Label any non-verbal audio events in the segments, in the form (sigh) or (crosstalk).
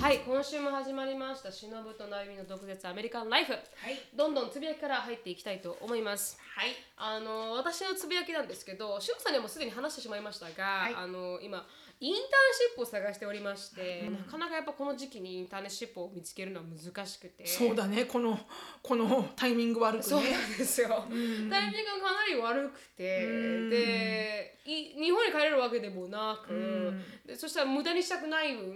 はい今週も始まりました「しのぶとなゆみの毒舌アメリカンライフはい。」どんどんつぶやきから入っていきたいと思いますはい。あの私のつぶやきなんですけどしのさんにはもうすでに話してしまいましたが、いあの今インターンシップを探しておりまして、なかなかやっぱこの時期にインターンシップを見つけるのは難しくてそうだね。このこのタイミング悪くそうね。なんですよ、タイミングがかなり悪くて、うんでい日本に帰れるわけでもなく、うんでそしたら無駄にしたくない分、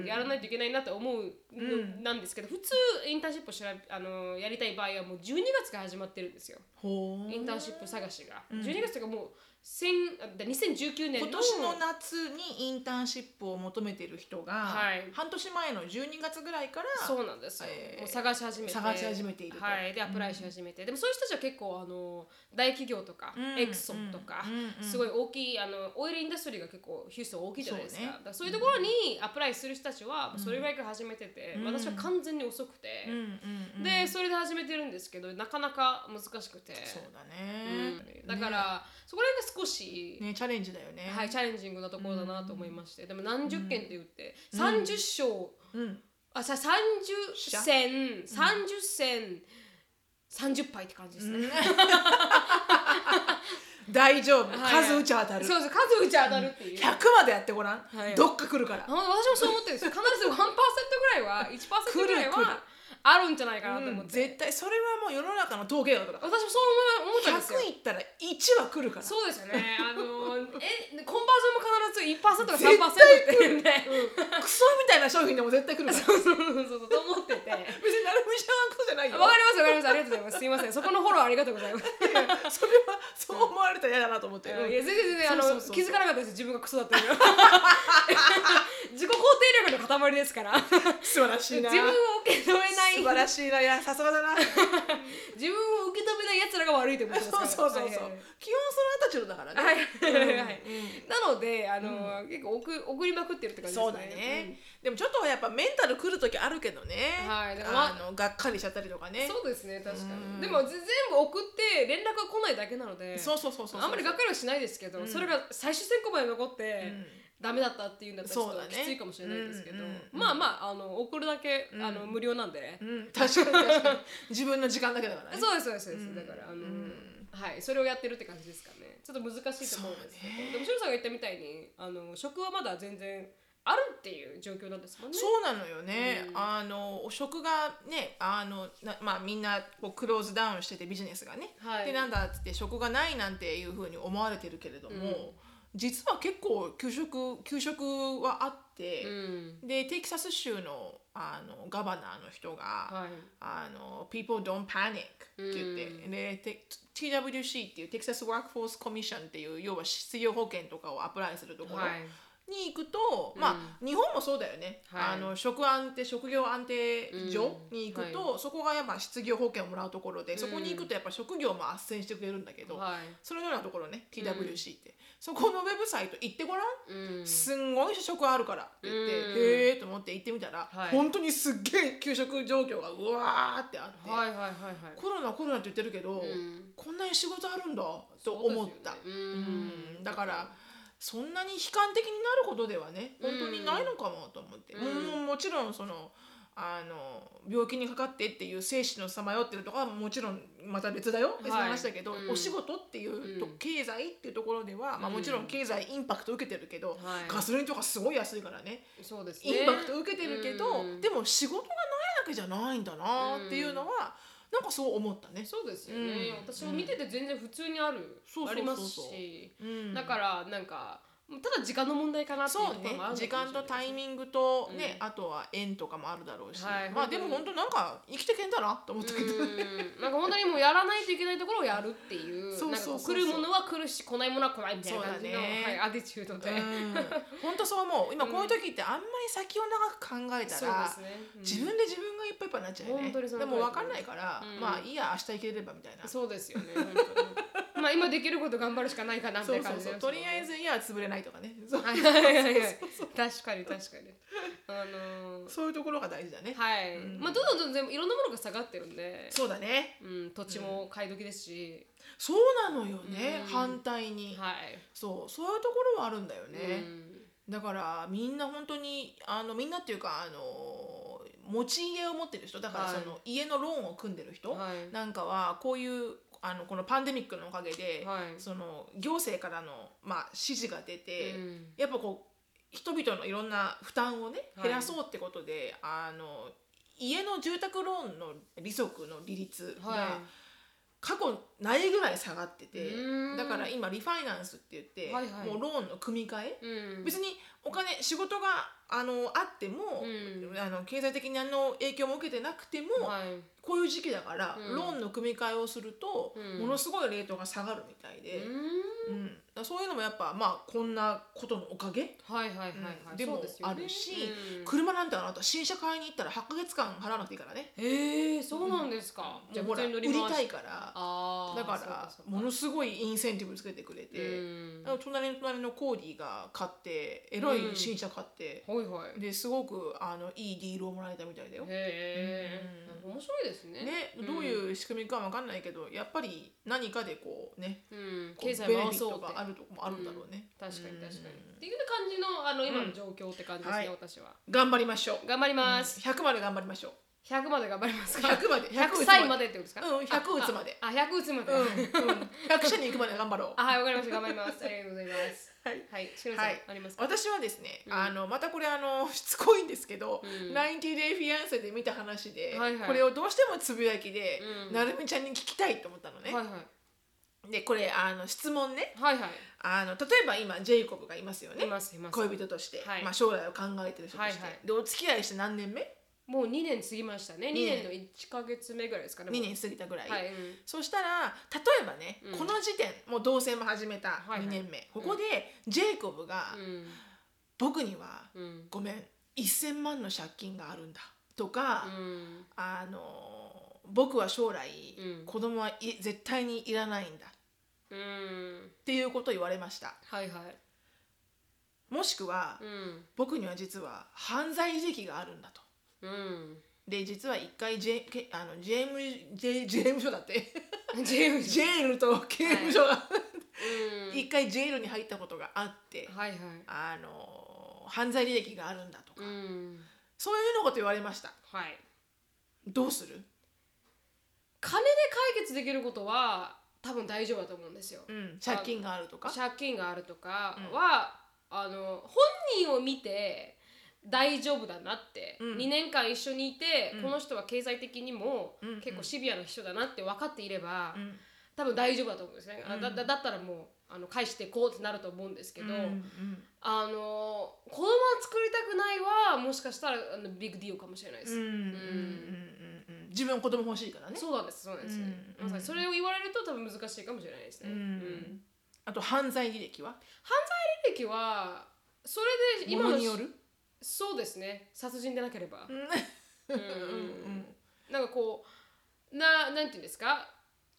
うんやらないといけないなと思うの、うんなんですけど普通インターンシップをしらあのやりたい場合はもう12月から始まってるんですよほう。インターンシップ探しが、うん12月というかもう千あだ2019年の今年の夏にインターンシップを求めてる人が、はい半年前の12月ぐらいからそうなんですよ、えーもう探し始めて探し始めているとはいでアプライし始めて、でもそういう人たちは結構あの大企業とか、うんエクソンとか、うんすごい大きいあのオイルインダストリーが結構ヒューストン大きいじゃないですかそうだねからそういうところにアプライする人たちはそれぐらいから始めてて、うん私は完全に遅くて、うんうんうんでそれで始めてるんですけどなかなか難しくてそうだうね、んだから、そこら辺が少し、ねねチャレンジだよね、はい、チャレンジングなところだなと思いまして、でも何十件って言って、うん30章うん、あさ30戦30戦30杯って感じですね、 (laughs) 大丈夫、はい数打ち当たるそうそう数打ち当たるっていう、 100までやってごらん、はいどっか来るからあ、の私もそう思ってるんですよ必ず1%ぐらいは1%ぐらい来る来るはあるんじゃないかなと思っうんて、絶対それはもう世の中の統計学だか私もらそう思い思ったんですよ100いったら1は来るからそうですよ (laughs) ねあのえコンバージョンも必ず1%か3%って言うんでクソみたいな商品でも絶対来るから別そうそう (laughs) そうそうと思っててわかりに成美ちゃんのことじゃないまよすわかりますありがとうございますすいませんそこのフォローありがとうございますそれはそう思われたら嫌だなと思って、いやうん全然全然あのそうそうそう気づかなかったです自分がクソだった (laughs) の自己肯定力の塊ですから素晴らし自いな分を受け止めない素晴らしいないやさすが (laughs) だな自分を受け止めない奴らが悪いと思ってますかそうらそうそうそう、はいはいはい基本そのあたちのだからね、はいはいはうんいなのであの、結構送送りまくってるって感じですねそうだね、、でもちょっとやっぱメンタル来る時あるけどね、はいだからあのがっかりしちゃったりとかうんねそうですね確かに、うんでもぜ全部送って連絡が来ないだけなのでそうそうそうそうあんまりがっかりはしないですけど、うんそれが最終選考まで残って、うんダメだったっていうんだったらちょっそうだとねきついかもしれないですけど、うんうんうんまあまああの送るだけ、うんあの無料なんで、うん、確かに (laughs) 確かに自分の時間だけだからねそうですそうです、そうでうすんだからあの、うんはいそれをやってるって感じですかねちょっと難しいと思うんですけど、そうねでもしろさんが言ったみたいにあの職はまだ全然あるっていう状況なんですもんねそうなのよね、うんあのお食がねあのな、まあ、みんなこうクローズダウンしててビジネスがね、はいでなんだっつって食がないなんていうふうに思われてるけれども、実は結構給食給食はあって、んでテキサス州のあのガバナーの人が、はいあの People don't panic って言って、うでて TWC っていう Texas Workforce Commission っていう要は失業保険とかをアプライするところ、はいに行くと、まあ日本もそうだよね、はいあの職安定職業安定所に行くと、うんそこがやっぱ失業保険をもらうところで、そこに行くとやっぱ職業も斡旋してくれるんだけど、はいそのようなところね TWC って、そこのウェブサイト行ってごらん、うんすんごい職あるからって言って、うんへえと思って行ってみたら、はい本当にすっげえ給食状況がうわーってあって、はいはいはいはいコロナコロナって言ってるけど、うんこんなに仕事あるんだと思った、そうですよねうんうんだからそんなに悲観的になることではね本当にないのかもと思って、うんももちろんそのあの病気にかかってっていう生死のさまよってるとかはもちろんまた別だよ別の話だけど、うんお仕事っていうと、うん経済っていうところでは、まあ、もちろん経済インパクト受けてるけど、はいガソリンとかすごい安いからねそうですねインパクト受けてるけど、うんでも仕事がないわけじゃないんだなっていうのは、なんかそう思ったね。そうですよね、うん私も見てて全然普通にある、そうそうそうそうありますしうんだからなんかただ時間の問題かなっていうそとこうろねもあるのかもしれない時間とタイミングとうんね、あとは縁とかもあるだろうし、はいまあ本当でにも本当なんか生きてけんだなと思ったけど、うんなんか本当にもうやらないといけないところをやるっていうそなんうかこうそうそうそう来るものは来るし来ないものは来ないみたいな感じの、そうだねはい、アティチュードで、うん (laughs) 本当そう思う今こういう時ってあんまり先を長く考えたそうら、ですね、うん自分で自分がいっぱいいっぱいになっちゃうよね本当にそので通りも分かんないから、うんまあいいや明日行ければみたいな。そうですよね (laughs) 本当にまあ今できること頑張るしかないかなみたそいうなそう感じそうですとりあえずいや潰れないとかね (laughs) そうはいはいはいはい確かに確かにあのーそういうところが大事だね、はい、うんまあどんどんどんどんいろんなものが下がってるんでそうだねうん、土地も買い時ですし、そうなのよね、うん反対に、はい、そうそういうところはあるんだよね、うんだからみんな本当にあのみんなっていうかあの持ち家を持ってる人だからはいその家のローンを組んでる人、はいなんかはこういうあのこのパンデミックのおかげで、はいその行政からの、まあ、指示が出て、うんやっぱこう人々のいろんな負担をねはい減らそうってことで、あの家の住宅ローンの利息の利率はが過去ないぐらい下がっていて、うんだから今リファイナンスって言って、はいはいもうローンの組み替え、うん別にお金仕事があのあっても、うんあの経済的に何の影響も受けてなくても、はいこういう時期だから、うんローンの組み替えをすると、うんものすごいレートが下がるみたいで、ううんだからそういうのもやっぱまあこんなことのおかげ、んはいはいはいはうんいでもそうすよねあるしうん車なんてあなた新車買いに行ったら8ヶ月間払わなくていいからねへえそうなんですかじじゃゃああ普ほら通に売乗りり回たいしからあーだそうかそうらものすごいインセンティブつけてくれて、うんだから隣の隣のコーディが買ってえらい新車買って、はいはいへですごくあのいいディールをもらえたみたいだよ。えう面白いですねね、んどういう仕組みかわかんないけどやっぱり何かでこうねうんこう経済ベネフィ回ットそうってがあるとこもあるんだろうね、確かに確かにうんっていう感じのあの今うんの状況って感じですはいね私は頑張りましょう頑張ります100まで頑張りましょう100まで頑張りますか100まで100歳までってことですかうん100打つまでああ100打つまでうん、うん、100社に行くまで頑張ろう (laughs) あはいわかりました頑張りますありがとうございますはいはいしのさんはいありますか私はですね、うんあのまたこれあの (laughs) しつこいんですけど、うん90 Day Fiancé で見た話で、はいはいこれをどうしてもつぶやきで、うんなるみちゃんに聞きたいと思ったのはね、いはいでこれあの質問ねはいはいあの例えば今ジェイコブがいますよねいますいます恋人として、はいまあ、将来を考えてる人として、はいはいでお付き合いして何年目もう2年過ぎましたね2二年年の1か月目ぐらいですかね ?2 年過ぎたぐらい、はい、うんそしたら例えばね、うんこの時点もう同棲も始めたいはい2年目、ここでジェイコブが、僕にはうんうんごめん1,000万の借金があるんだ」とか、うんあの「僕は将来、うん子供はい絶対にいらないんだ」うんっていうことを言われましたはいはいもしくは、うん僕には実は犯罪時期があるんだ」と。うんで実は一回ジェけあのジェームジェジェーム所だって (laughs) ジェームズジェールと刑務所が、うん一回ジェールに入ったことがあって、はいはいあの犯罪履歴があるんだとか、うんそういうのこと言われましたはいどうする、金で解決できることは多分大丈夫だと思うんですようん、借金があるとか借金があるとかは、あの本人を見て大丈夫だなって、うん2年間一緒にいて、うんこの人は経済的にもうん結構シビアな人だなって分かっていれば、うん多分大丈夫だと思うんですね、あうんだだだったらもうあの返していこうってなると思うんですけど、うんうんあの子供は作りたくないはもしかしたらあのビッグディオかもしれないでうんす、うんうんうんうん自分子供欲しいからね、そうなんですそうなんです、うんまさにそれを言われると多分難しいかもしれないですうね、んうんあと犯罪履歴は犯罪履歴はそれでも今ののによるそうですね殺人でなければう、んうんなんかこうななんていうんですか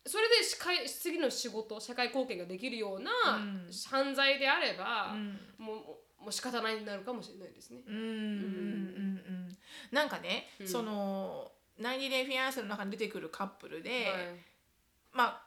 それでしかい次の仕事社会貢献ができるようなうん犯罪であれうば、んもうもうもう仕方ないになるかもしれないですね。うんうんうんうんなんかね、うんその「ナインディレイ・フィアンセ」の中に出てくるカップルで、はいまあ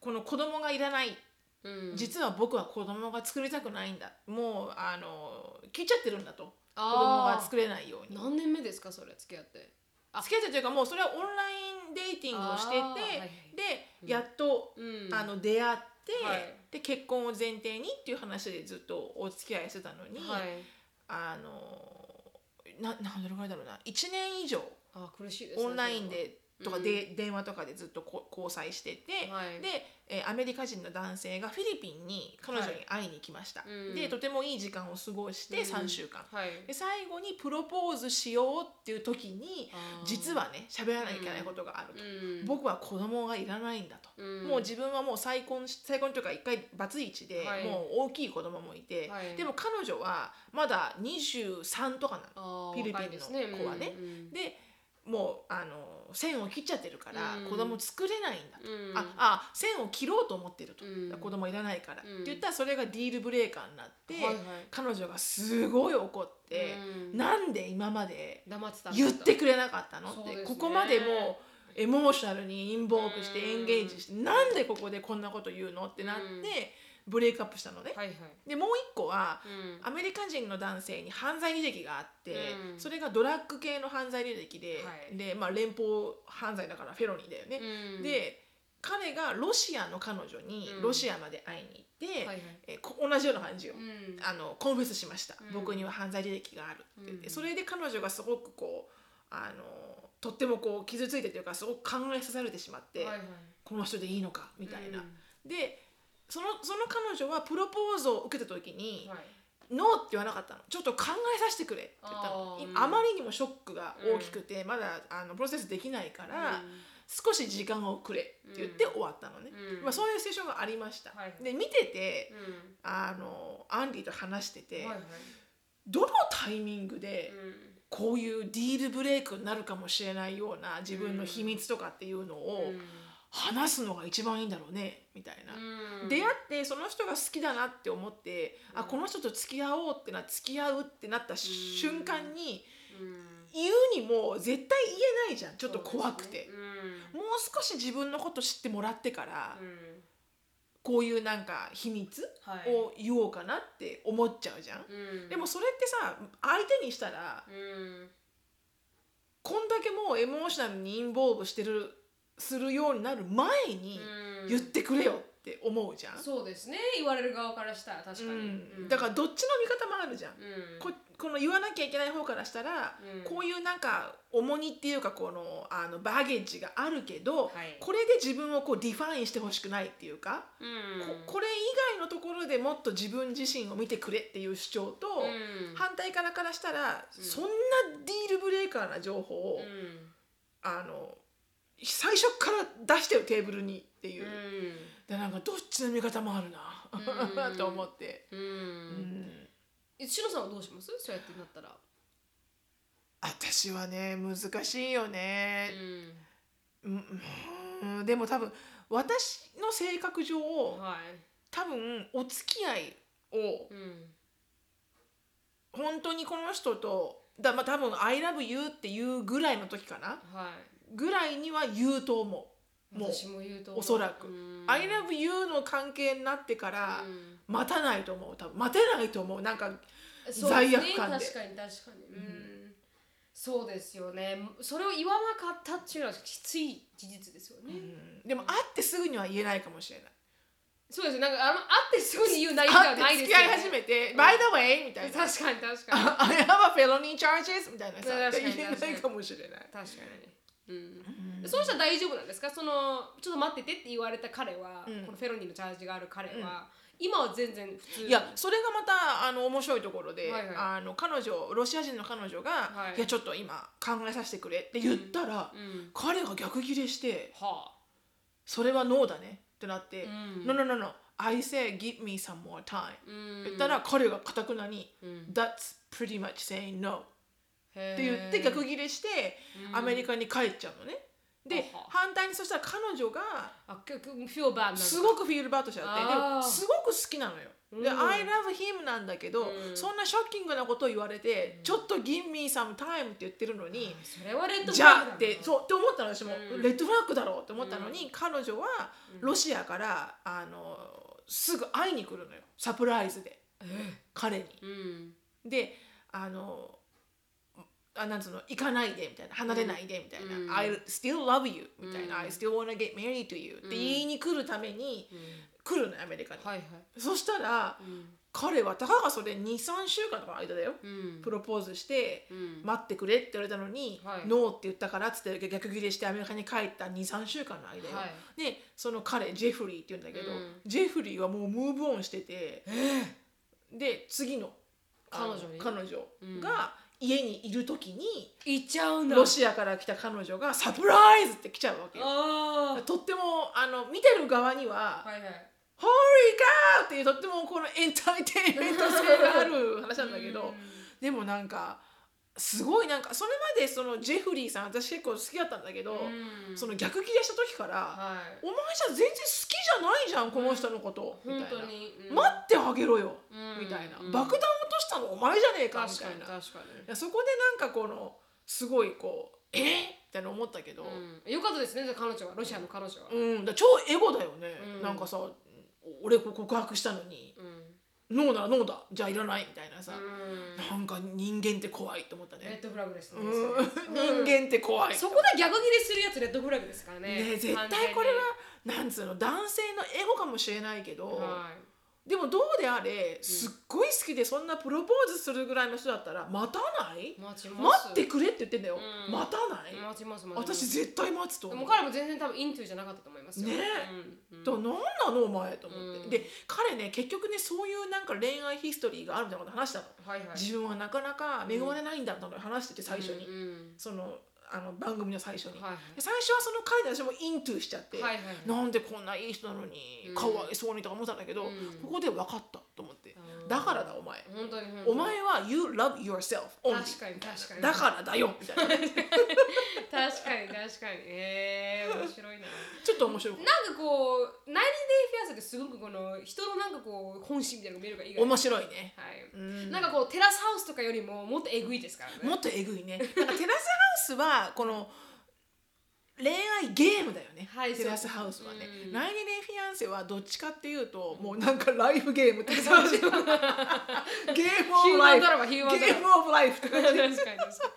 この子供がいらないうん、実は僕は子供が作りたくないんだもうあの聞いちゃってるんだと子供あがー作れないように何年目ですかそれ付き合って。あ付き合ってというかもうそれはオンラインデーティングをしてて、あーはいはいでやっと、うん、あの出会って、はいで結婚を前提にっていう話でずっとお付き合いしてたのに、はい、あのななどれぐらいだろうな1年以上あ苦しいですね、オンラインでとかうんで、電話とかでずっとこ交際してて、はいで、えーアメリカ人の男性がフィリピンに彼女に会いに来ました、いうんでとてもいい時間を過ごしそてれは3週間、うんはい、で最後にプロポーズしようっていう時にあー実、はね喋らなきゃいけないことがあると、うん、僕は子供がいらないんだと、うんもう自分はもう再婚し再婚というか一回バツイチで、はいもう大きい子供もいて、はいでも彼女はまだ23とかなの。あーフィリピンの若いです子はねうんうんでもうあの線を切っちゃってるから、うん子供作れないんだと、うんああ線を切ろうと思ってると、うん子供いらないから、うんって言ったらそれがディールブレーカーになって、はいはい彼女がすごい怒って、うんなんで今まで黙ってたんだと言ってくれなかったのっそうて、ですねここまでもうエモーショナルにインボークしてうんエンゲージして、なんでここでこんなこと言うのってなって、ブレイクアップしたのね。はいはい。でもう一個はうん。アメリカ人の男性に犯罪履歴があって、うんそれがドラッグ系の犯罪履歴で、はいでまあ、連邦犯罪だからフェロニーだよね。うん、で彼がロシアの彼女にうんロシアまで会いに行って、はいはい。えこ同じような感じよ、うん。あのコンフェスしました、うん僕には犯罪履歴があるって言って、うんそれで彼女がすごくこうあのとってもこう傷ついてというかすごく考えさせられてしまって、はいはい。この人でいいのかみたいな。うんでそのその彼女はプロポーズを受けた時にはい。 「ノー」って言わなかったのちょっと考えさせてくれって言ったあのーいうんあまりにもショックが大きくて、まだあのプロセスできないから、少し時間をくれって言ってうん終わったのね、うんまあ、そういうセッションがありました、はいで見ててうん。うんあのアンディと話してて、はいはい。どのタイミングでうんこういうディールブレイクになるかもしれないような自分の秘密とかっていうのを話すのが一番いいんだろうねみたいな、うん。出会ってその人が好きだなって思って、あこの人と付き合おうってな付き合うってなった瞬間に、うん言うにも絶対言えないじゃんちょっと怖くて、そうですねもう少し自分のこと知ってもらってから、うんうんこういうなんか秘密はいを言おうかなって思っちゃうじゃん、うんでもそれってさ相手にしたらうんこんだけもうエモーショナルにインボーブしてるするようになる前にうん言ってくれよって思うじゃん、そうですね言われる側からしたら確かに、うんだからどっちの見方もあるじゃんら、うん、ここの言わなきゃいけない方からしたら、うんこういうなんか重荷っていうかこのあのバーゲージがあるけど、はいこれで自分をこうディファインしてほしくないっていうか、うん、ここれ以外のところでもっと自分自身を見てくれっていう主張と、うん反対からからしたら、うんそんなディールブレーカーな情報を、うんあの最初から出してよテーブルにっていう、でなんかどっちの見方もあるな、うん (laughs) と思って。うんうんえしのさんはどうしますそうやってなったら、私はね難しいよね、ううんうんでも多分私の性格上ん、はい、多分お付き合いをうん本当にこの人とだまあ多分「ILOVEYOU」っていうぐらいの時かなはぐらいには言うと思い、うもう私も言うと思うおそらくうん「ILOVEYOU」の関係になってからうん待たないと思う多分待てないと思うなんかそうですね罪悪感で確かに確かに、うんそうですよねそれを言わなかったっていうのはきつい事実ですよね、うんでも会ってすぐには言えないかもしれないそうですねなんかあの会ってすぐに言う内容ではな会いってで付すよ、ね、き合い始めてん「By the way」みたいな (laughs) 確かに確「かに I have a felony charges」みたいなさ確かに言えないかもしれない確かに、うんそうしたら大丈夫なんですかそのちょっと待っててって言われた彼は、うんこのフェロニーのチャージがある彼は、今は全然普通いやそれがまたあの面白いところで、はいはいあの彼女ロシア人の彼女が、はいい、やちょっと今考えさせてくれって言ったら、うん彼が逆ギレしてはあそれはノーだねってなってうん「No no no no I say give me some more time」うん言ったら彼がかたくなにうん「That's pretty much saying no」っって言って逆ギレしてアメリカに帰っちゃうのね。ではは反対にそしたら彼女があ結局フィオバーなんだすごくフィールバートしちゃってであーもすごく好きなのよ。で「うん I love him」なんだけど、うんそんなショッキングなことを言われて「ちょっと give me some time」って言ってるのにそれはレッ「ドじゃあ」だってうそうって思ったの私も、うんレッドフラッグだろうって思ったのに、彼女はロシアからあのすぐ会いに来るのよサプライズで彼に。うんであのあなんつうの行かないでみたいな離れないでみたいな「うん I still love you」みたいな「うん I still wanna get married to you」って言いに来るために来るのよアメリカに。はいはいそしたらうん彼はたかがそれ23週間とかの間だようんプロポーズしてうん待ってくれって言われたのにはいノーって言ったからっつって逆ギレしてアメリカに帰った23週間の間よはでその彼ジェフリーって言うんだけどうんジェフリーはもうムーブオンしててで次のあの彼女に彼女が家にいる時に行っちゃうんだロシアから来た彼女がサプライズって来ちゃうわけよあとってもあの見てる側にはあはいはいホーリーカーっていうとってもこのエンターテインメント性がある話なんだけどでもなんかすごいなんかそれまでそのジェフリーさん私結構好きだったんだけど、うんその逆ギレした時から、はいお前じゃ全然好きじゃないじゃんこの人のこと」み本たい当なに「うん待ってあげろよ」うんみたいな、うん爆弾落としたのお前じゃねえか」み確たかにいな確かにいやそこでなんかこのすごいこう「えーみたいな思ったけど、うん、よかったですねじゃあ彼女はロシアの彼女は、うん、だから超エゴだよね、うんなんかさ俺こう告白したのにうんノーだノーだじゃあいらないみたいなさ、うんなんか人間って怖いと思ったレッね、ドフラグですねうんそれ人間って怖いそこでギャグ切れするやつレッドフラグですからねね、絶完全対にこれはなんつうの男性のエゴかもしれないけど、はいでもどうであれすっごい好きでそんなプロポーズするぐらいの人だったら待たない待ちます待ってくれって言ってんだよ、うん待たない、待ちます待ちます私絶対待つとで思もう。彼も全然多分イントゥじゃなかったと思いますよねうんうんと何なのお前と思って、うんで彼ね結局ねそういうなんか恋愛ヒストリーがあるみたいなこと話したの、はいはい自分はなかなか恵まれないんだと話してて最初に、うんうんそのあの番組の最初に、はいはいで最初はその彼に私もイントゥしちゃって、はいはいなんでこんないい人なのにうんかわいそうにとか思ったんだけど、うんここで分かったと思って、うんだからだお前、本当に本当にお前は You love yourself only 確かに確かにだからだよみたいな (laughs) 確かに確かにえー、面白いなちょっと面白いなんかこう「ナインデイ・フィアス」ってすごくこの人のなんかこう本心みたいなのが見えるからいいから面白いね、はいうんなんかこうテラスハウスとかよりももっとえぐいですからねもっとえぐいねなんかテラスハウスはこの恋愛ゲームだよね、はいテラスハウスはねう、んナインティナインフィアンセはどっちかっていうともうなんかライフゲームって感じ (laughs) ゲームヒュオーブマンライフドラマヒューマンドゲラームオブライフって感マじ (laughs) 確かに確かに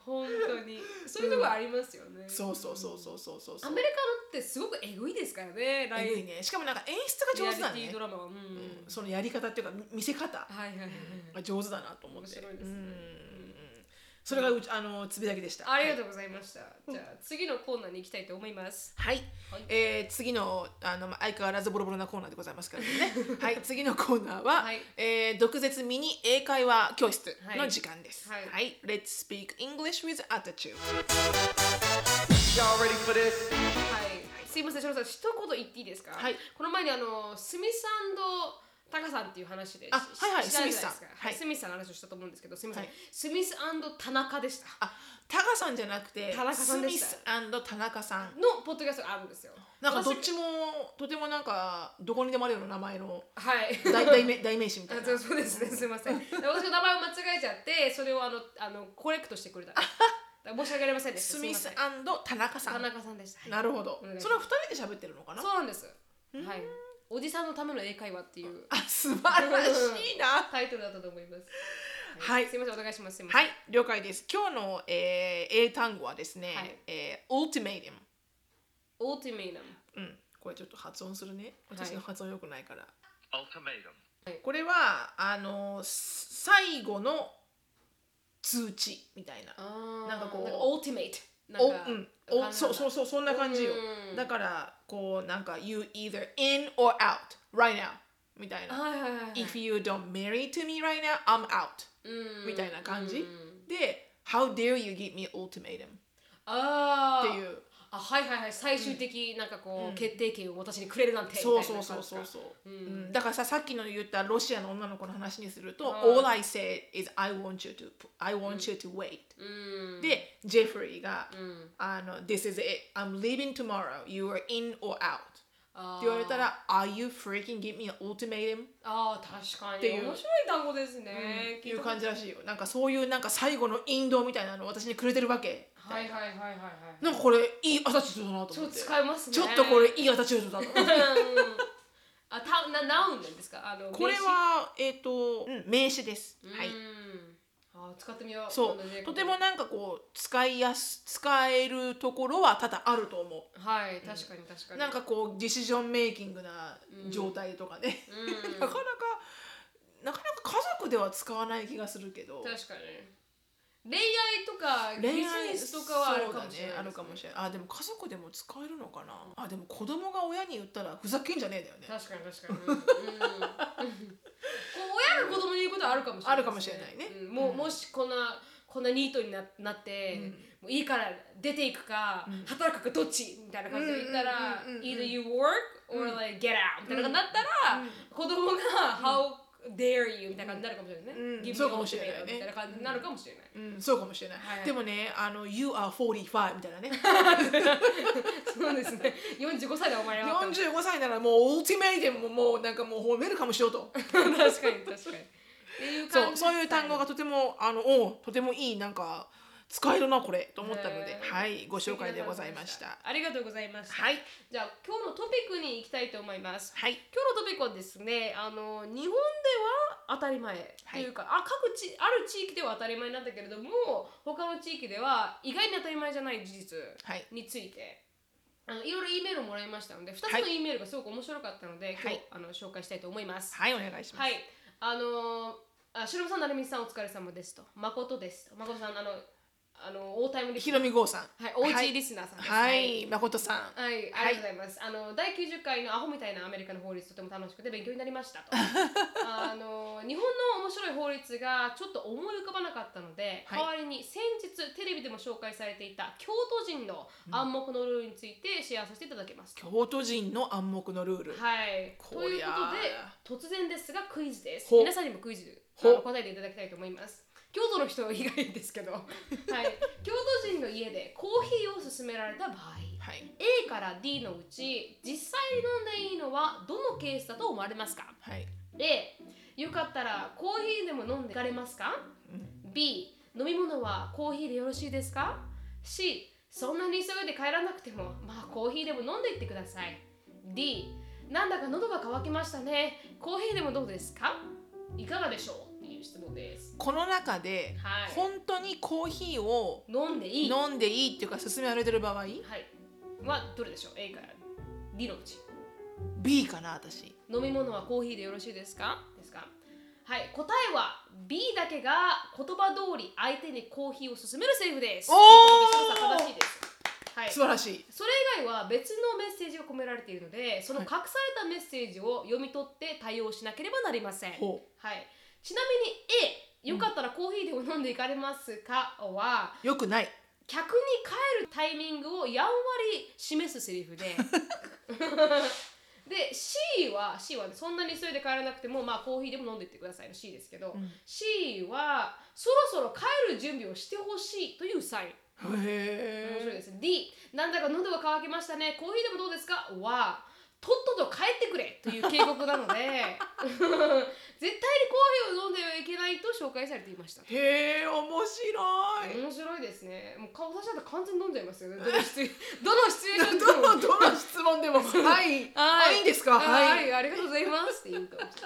本当にそういうところありますよね、そうそうそうそうそうそうそアうメリカのってすごくえぐいですからねライえブぐいねしかもなんか演出が上手だリアリティねドラマはうん、うんそのやり方っていうかみ見せ方はいはいはいはいが上手だなと思って面白いですねうんそれがうちあのつぶやきでしたありがとうございました、じゃあ次のコーナーに行きたいと思いますはい、はいえー次のあのまあ相変わらずボロボロなコーナーでございますか (laughs) らねはい次のコーナーは、はいえー毒舌ミニ英会話教室の時間ですはいはい、Let's speak English with attitude Y'all ready for this? はい、すいません、しろさん、一言言っていいですか。はいこの前にあの、スミさんと。タカさんっていう話で。あしはいはいしたじゃなですスミスさかんは、はいいスミスさんの話をしたと思うんですけど、すみません。はいスミス田中でした。あタカさんじゃなくて田中さんでしたスミス田中さんのポッドキャストがあるんですよ。なんかどっ私ちもとてもなんかどこにでもあるような名前のはい。代代名代名詞みたいあなそうそうですね、すみません。私の名前を間違えちゃって、それをあの、あの、コレクトしてくれたんです。だから申し訳ありませんでした。スミスすいま田中させん田ん中さんでした。はいなるほどお願いしますその二人で喋ってるのかなそうなんです。はい。おじさんのための英会話っていうあ素晴らしいなタイトルだったと思います。はいすみません、お願いします。すいませんはい、了解です。今日の、えー英単語はですね、はいえー、ultimatum オーティメイナム。うん、これちょっと発音するね。私の発音良くないから。 Ultimatum. これはあのす最後の通知みたいな。ななんかこうオーティメイト。お、うなんかん、お、そうそううそうそんな感じよう。んだからこうなんか you either in or out right now みたいな。はいはいはいはい。 If you don't marry to me right now, I'm out うんみたいな感じうんで How dare you give me ultimatum あってあ。いう。あ、はいはいはい。最終的なんかこう決定権を私にくれるなんて。そうみたいそうなそう感じそかうそう、ううんん、だからささっきの言ったロシアの女の子の話にすると「はい All I say is I want you to I want you to wait うん。」でジェフリーがうん「あの This is it I'm leaving tomorrow you are in or out」あーって言われたら「Are you freaking give me an ultimatum?」ああ確かにていう面白い単語ですね、っ聞ていいうた感じらしいよなんかそういうなんか最後の引導みたいなのを私にくれてるわけはいはいはいはいはいなんかこれいいアタチュードだなとちょ思っっとて使えますねちょっとこれいいアタチュードだうなんあたなナウンなんですかあのこれはえっ、と、うん名詞です、名詞、はいうんあー使ってみようそ今度ねうとてもなんかこう使いやす使えるところは多々あると思はい確かに確かうになんかこうディシジョンメイキングな状態とかね、うんなかなかなかなか家族では使わない気がするけど確かに恋愛とかビジネスとかはあるかもしれないですね、そうだねあるかもしれないあでも家族でも使えるのかなあでも子供が親に言ったらふざけんじゃねえだよね確かに確かに、うん (laughs) うん、こう親が子供に言うことはあるかもしれないです、あるかもしれないねうんもうもしこんなこんなニートにななって、もういいから出ていくか、働くかどっちみたいな感じで言ったら、うんうんうんうん either you work or like get out みたいな感じになったら、子供が how dare you みたいな感じになるかもしれないね、うん Give me そうかもしれないね ultimatum みたいな感じになるかもしれない、うん、そうかもしれない、はいでもねあの「You are 45」みた (laughs) いなねそうです (laughs) ね45歳でお前は45歳ならもうオーティメイテムももうなんかもう褒めるかもしようと確かに確かに。っていう感そじうそういう単語が。がとてもあのおうとてもいいなんか使えるなこれと思ったのへ、でーはい、ご紹介でございました。ありがとうございました。はい、じゃあ今日のトピックに行きたいと思います。はい、今日のトピックはですね、あの日本では当たり前とはいいうか、あ各地ある地域では当たり前なんだけれども、他の地域では意外に当たり前じゃない事実はい、について。あのいろいろ E メールもらいましたので、2つはのい E メールがすごく面白かったので、今は日いあの紹介したいと思います。はい、お願いします。はい、あのー、あ、しのぶさん、なるみさん、お疲れ様ですと、誠です。誠さん、あの、あの、オータイムリひスろナー。み剛さん。はい、オージーリスナーさんです。はい、まことさん。はい。はいありがとうございます。あの第90回のアホみたいなアメリカの法律とても楽しくて勉強になりました (laughs) と。あの日本の面白い法律がちょっと思い浮かばなかったので、はい代わりに先日テレビでも紹介されていた京都人の暗黙のルールについてシェアさせていただきます。京都人の暗黙のルール。はい。とこいうりゃことで、突然ですがクイズです。ほ皆さんにもクイズあほの答えていただきたいと思います。京都の人以外です (laughs) けど、はい、京都人の家でコーヒーを勧められた場合、はい、 A から D のうち実際に飲んでいいのはどのケースだと思われますかはい、 ?A、よかったらコーヒーでも飲んでいかれますかうん、 ?B、飲み物はコーヒーでよろしいですか ?C、そんなに急いで帰らなくても、まあコーヒーでも飲んでいってください。D、なんだか喉が渇きましたね。コーヒーでもどうですかいかがでしょうっていう質問です。この中で、はい本当にコーヒーを飲んでいいは飲んでいいっていうか勧められてる場合、い。はどれでしょう ?A から D のうち。 B かな私。飲み物はコーヒーでよろしいですかですかはい答えは B だけが言葉通り相手にコーヒーを勧めるセリフですおーということで白田さん正しいですはい素晴らしい。それ以外は別のメッセージが込められているのでその隠されたメッセージを読み取って対応しなければなりません、はい、ほちなみに A よかったらコーヒーでも飲んでいかれますかはう、よくない。客に帰るタイミングをやんわり示すセリフでで C は C はねそんなに急いで帰らなくてもまあコーヒーでも飲んでいってくださいの C ですけど、うん C はそろそろ帰る準備をしてほしいというサイン面白いへでえ。す D なんだか喉が渇きましたねコーヒーでもどうですかはとっとと帰ってくれという警告なので (laughs) 絶対にコーヒーを飲んではいけないと紹介されていましたへえ、面白い。面白いですね。もう顔私だって完全に飲んじゃいますよ (laughs) ね。どのシチュエ (laughs) どのシチュエーションでもどの (laughs) どの質問でも「はい」あ「いいんですか?」は、はいい。ありがとうございますっていう感じ。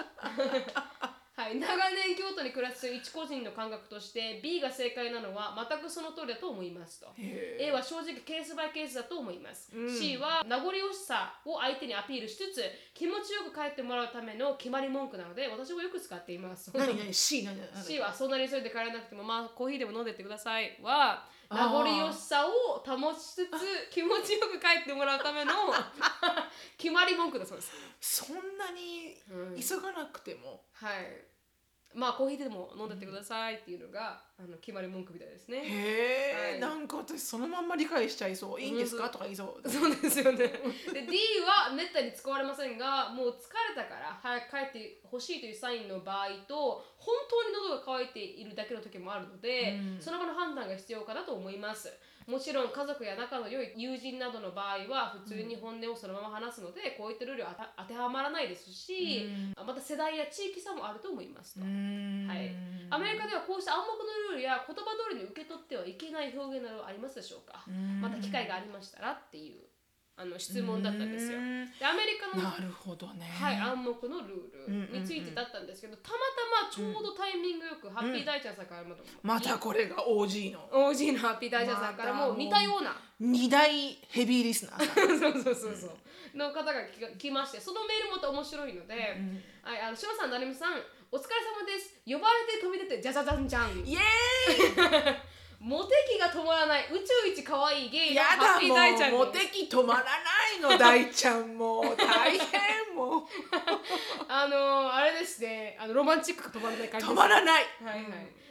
はい、長年京都に暮らす一個人の感覚として B が正解なのは全くその通りだと思いますと。A へは正直ケースバイケースだと思います、うん C は名残惜しさを相手にアピールしつつ気持ちよく帰ってもらうための決まり文句なので私もよく使っていますえ。何何 C 何何 C はそんなに急いで帰らなくてもまあコーヒーでも飲んでってくださいはあー名残惜しさを保ち (laughs) つつ気持ちよく帰ってもらうための (laughs) 決まり文句だそうです、そんなにうんはい急がなくても。まあコーヒーでも飲んでってくださいっていうのが、あの決まり文句みたいですねへはいえ。なんか私そのまんま理解しちゃいそう。いいんですうかんとか言いそう。そうですよねで D はめったに使われませんがもう疲れたから早く帰ってほしいというサインの場合と本当に喉が渇いているだけの時もあるので、うんその場の判断が必要かなと思いますもちろん家族や仲の良い友人などの場合は普通に本音をそのまま話すので、こういったルールは当た当てはまらないですし、また世代や地域差もあると思いますと、はいアメリカではこうした暗黙のルールや言葉通りに受け取ってはいけない表現などはありますでしょうか、また機会がありましたらっていうあの質問だったんですよ。なでアメリカの、るほどね。はい、暗黙のルうんーうんうルんについてだったんですけど、たまたまちょうどタイミングよくハッピーダイちゃんさんからも、またこれが OG の OG のハッピーダイちゃんさんからまたももう似たような、二大ヘビーリス (laughs) ナーさん。そうそうそうそう、の方が来が来ましてそのメールもまた面白いので、うんはい、あの志麻さん成美さんお疲れ様です呼ばれて飛び出てじゃじゃじゃんじゃんイエモテ期が止まらない宇宙一可愛いゲーイイのやハッだピーダイちゃんにもうモテ期止まらないの大ちゃんもう大変もう。あのー、あれですねあのロマンチックが止まらない感 (laughs) じです止まらない。はいはい、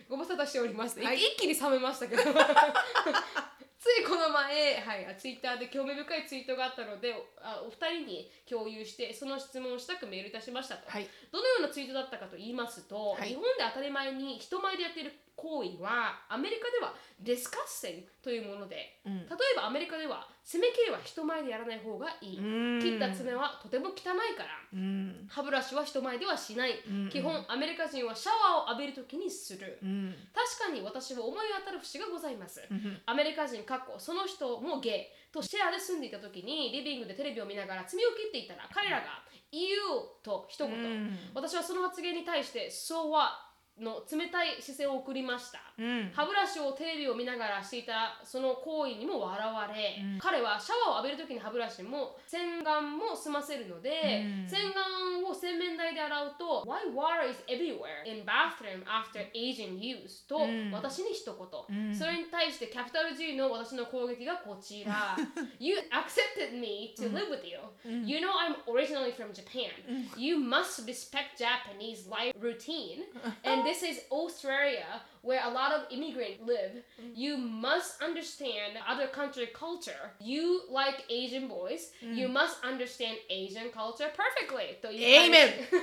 ご無沙汰しておりました、はい一気に冷めましたけど (laughs) ついこの前、はい、ツイッターで興味深いツイートがあったのでおあお二人に共有してその質問をしたくメールいたしましたと、はい。どのようなツイートだったかと言いますと、はい日本で当たり前に人前でやっている行為はアメリカではディスカッシングというものでうん例えばアメリカでは爪切りは人前でやらない方がいい、うん切った爪はとても汚いからうん歯ブラシは人前ではしない、うん基本アメリカ人はシャワーを浴びる時にする、うん確かに私は思い当たる節がございます、うんアメリカ人かっこその人もゲイとシェアで住んでいた時にリビングでテレビを見ながら爪を切っていたら彼らが「EU」と一言、うん私はその発言に対して「そうは」の冷たい視線を送りました、うん歯ブラシをテレビを見ながらしていたその行為にも笑われ、うん彼はシャワーを浴びる時に歯ブラシも洗顔も済ませるので、うん洗顔を洗面台で洗うと「Why water is everywhere in bathroom after aging use?」とうん私に一言、うんそれに対してキャピタル G の私の攻撃がこち (laughs) ら「You accepted me to live with you、You know I'm originally from Japan. You must respect Japanese life routine. and this is Australia, where a lot of immigrants live. You must understand other country culture. You like Asian boys. You must understand Asian culture perfectly. という感じ (laughs) Amen. Mm.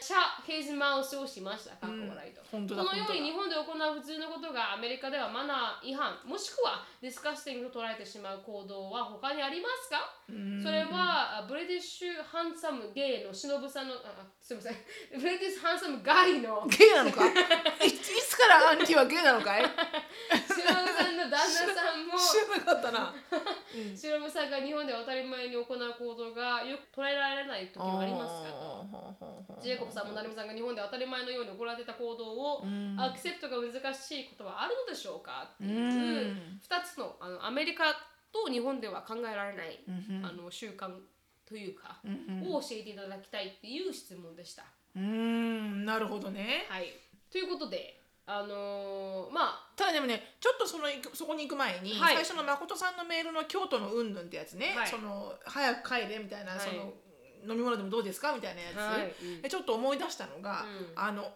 シャヘズマをそうしました。かっこ笑いと。本当だこのように日本本で行う普通のことがアメリカではマナー違反もしくはディスカッシングと捉えてしまう行動は他にありますかそれはあブリティッシュハンサムゲイの忍さんのあすみません (laughs) ブリティッシュハンサムガイの (laughs) ゲイなのかいいつからアンティはゲイなの (laughs) かい忍さんの旦那さんも知らなかったな忍さんが日本では当たり前に行う行動がよく捉えられない時はありますかと。ジェイコブさんも成美さんが日本で当たり前のように行われてた行動をうんアクセプトが難しいことはあるのでしょうかっていううん2つのあのアメリカと日本では考えられないうんうんあの習慣というかうんうんを教えていただきたいっていう質問でした。うーんなるほどねはい、ということであのーまあただでもねちょっとその行くそこに行く前に、はい最初の誠さんのメールの京都のうんぬんってやつね、はいその早く帰れみたいな、はいその飲み物でもどうですかみたいなやつ、はいうんでちょっと思い出したのが、うんあの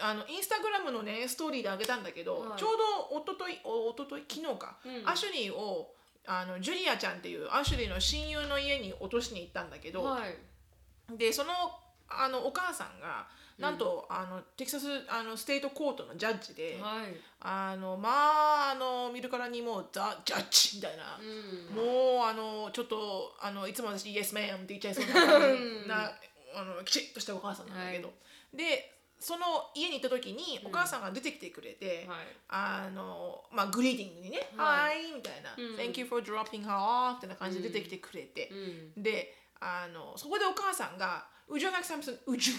あのインスタグラムのねストーリーであげたんだけど、はいちょうど一昨日お一昨日昨日か、うんアシュリーをあのジュリアちゃんっていうアシュリーの親友の家に落としに行ったんだけど、はいでそのあのお母さんがなんと、あのテキサスあのステートコートのジャッジで。はいあのまああの見るからにもうザ・ジャッジみたいな、うんもうあのちょっとあのいつも私「イエスメン」って言っちゃいそうな感うんじなあのきちっとしたお母さんなんだけど、でその家に行った時にお母さんが出てきてくれて、はいあのまあグリーディングにね「ははい、みたいな、うん Thank you for dropping her off」みたいな感じで出てきてくれて、うんであのそこでお母さんが「Would you like something, would you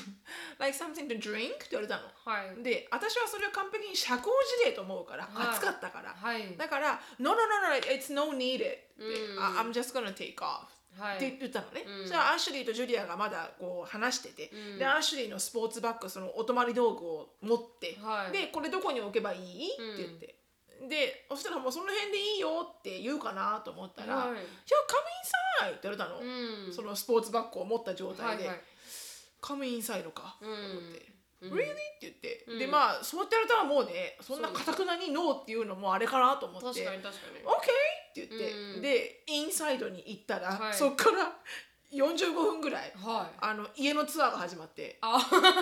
like something to drink?」って言われたの。はいで私はそれを完璧に社交辞令と思うから、はい暑かったから、はいだから「No no no no it's no needed」ってうんあ I'm just gonna take off」はっいて言ったのね、うんそしたらアシュリーとジュリアがまだこう話してて、うんでアシュリーのスポーツバッグそのお泊まり道具を持って、はいでこれどこに置けばいいって言って、でそしたらもうその辺でいいよって言うかなと思ったらは「いいやカムインサイ」って言われたの、うんそのスポーツバッグを持った状は態いで「はいカムインサイドか」とうん思って。うん Really? って言って、うんでまあそうやってやれたらもうねそんなかたくなにノーっていうのもあれかなと思っ確て「OK! か」に確かにって言って、うんでインサイドに行ったら、はいそっから45分ぐらいはいあの家のツアーが始まって。あ (laughs)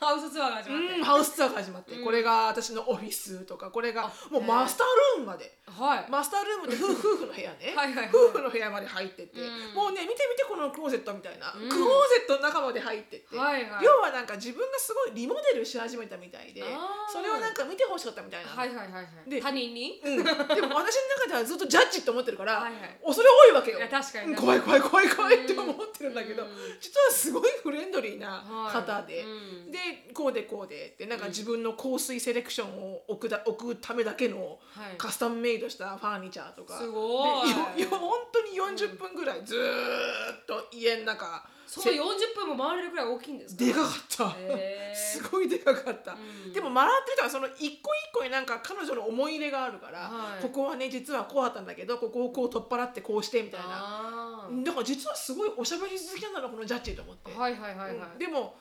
ハウスツアーが始まっうん、てハウスツアーが始まって、うんこれが私のオフィスとかこれがもうへえマスタールームまではいマスタールームって夫夫婦の部屋ねはいはいはい夫婦の部屋まで入ってて、うんもうね見て見てこのクローゼットみたいな、うんクローゼットの中まで入ってて、はいはい要はなんか自分がすごいリモデルし始めたみたいであーそれをなんか見てほしかったみたいな、はいはいはいはいで他人にうん、でも私の中ではずっとジャッジって思ってるから、はいはい恐れ多いわけよいや確かにうん怖い怖い怖い怖いって思ってるんだけど、うん実はすごいフレンドリーなはい方で、うんでこうでこうでってなんか自分の香水セレクションを置くだ置くためだけのはいカスタムメイドしたファーニチャーとか。すごいでよよ本当に40分ぐらいずーっと家の中その40分も回れるくらい大きいんですかでかかった、へーすごいでかかった、うんでも回ってる人はその一個一個になんか彼女の思い入れがあるから、はいここはね実はこうだったんだけどここをこう取っ払ってこうしてみたいなあだから実はすごいおしゃべり好きなんだなこのジャッジと思って、ーはいはいはいはいうんでも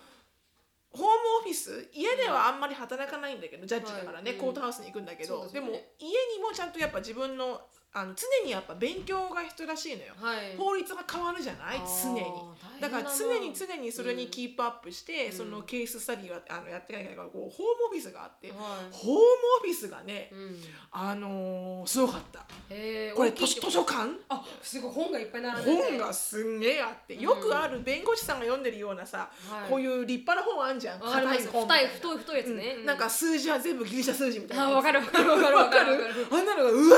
ホームオフィス家ではあんまり働かないんだけど、ジャッジだからね、はいコートハウスに行くんだけど、うんそうでですよねも家にもちゃんとやっぱ自分のあの常にやっぱ勉強が必要らしいのよはい法律が変わるじゃない常ににだから常に常にそれにキープアップして、うんそのケーススタディはあのやってないからこうホームオフィスがあって、はいホームオフィスがねうんあのーすごかったへーこれ大きい図っ書て図書館あすごい本がいっぱい並んでて本がすんげえあってよくある弁護士さんが読んでるようなさ、はいこういう立派な本あんじゃんわかります太本みたいいな太い太いやつね、ううんなんか数字は全部ギリシャ数字みたいなあやつわかるわかるわかるわかるわかるあんなのがうわー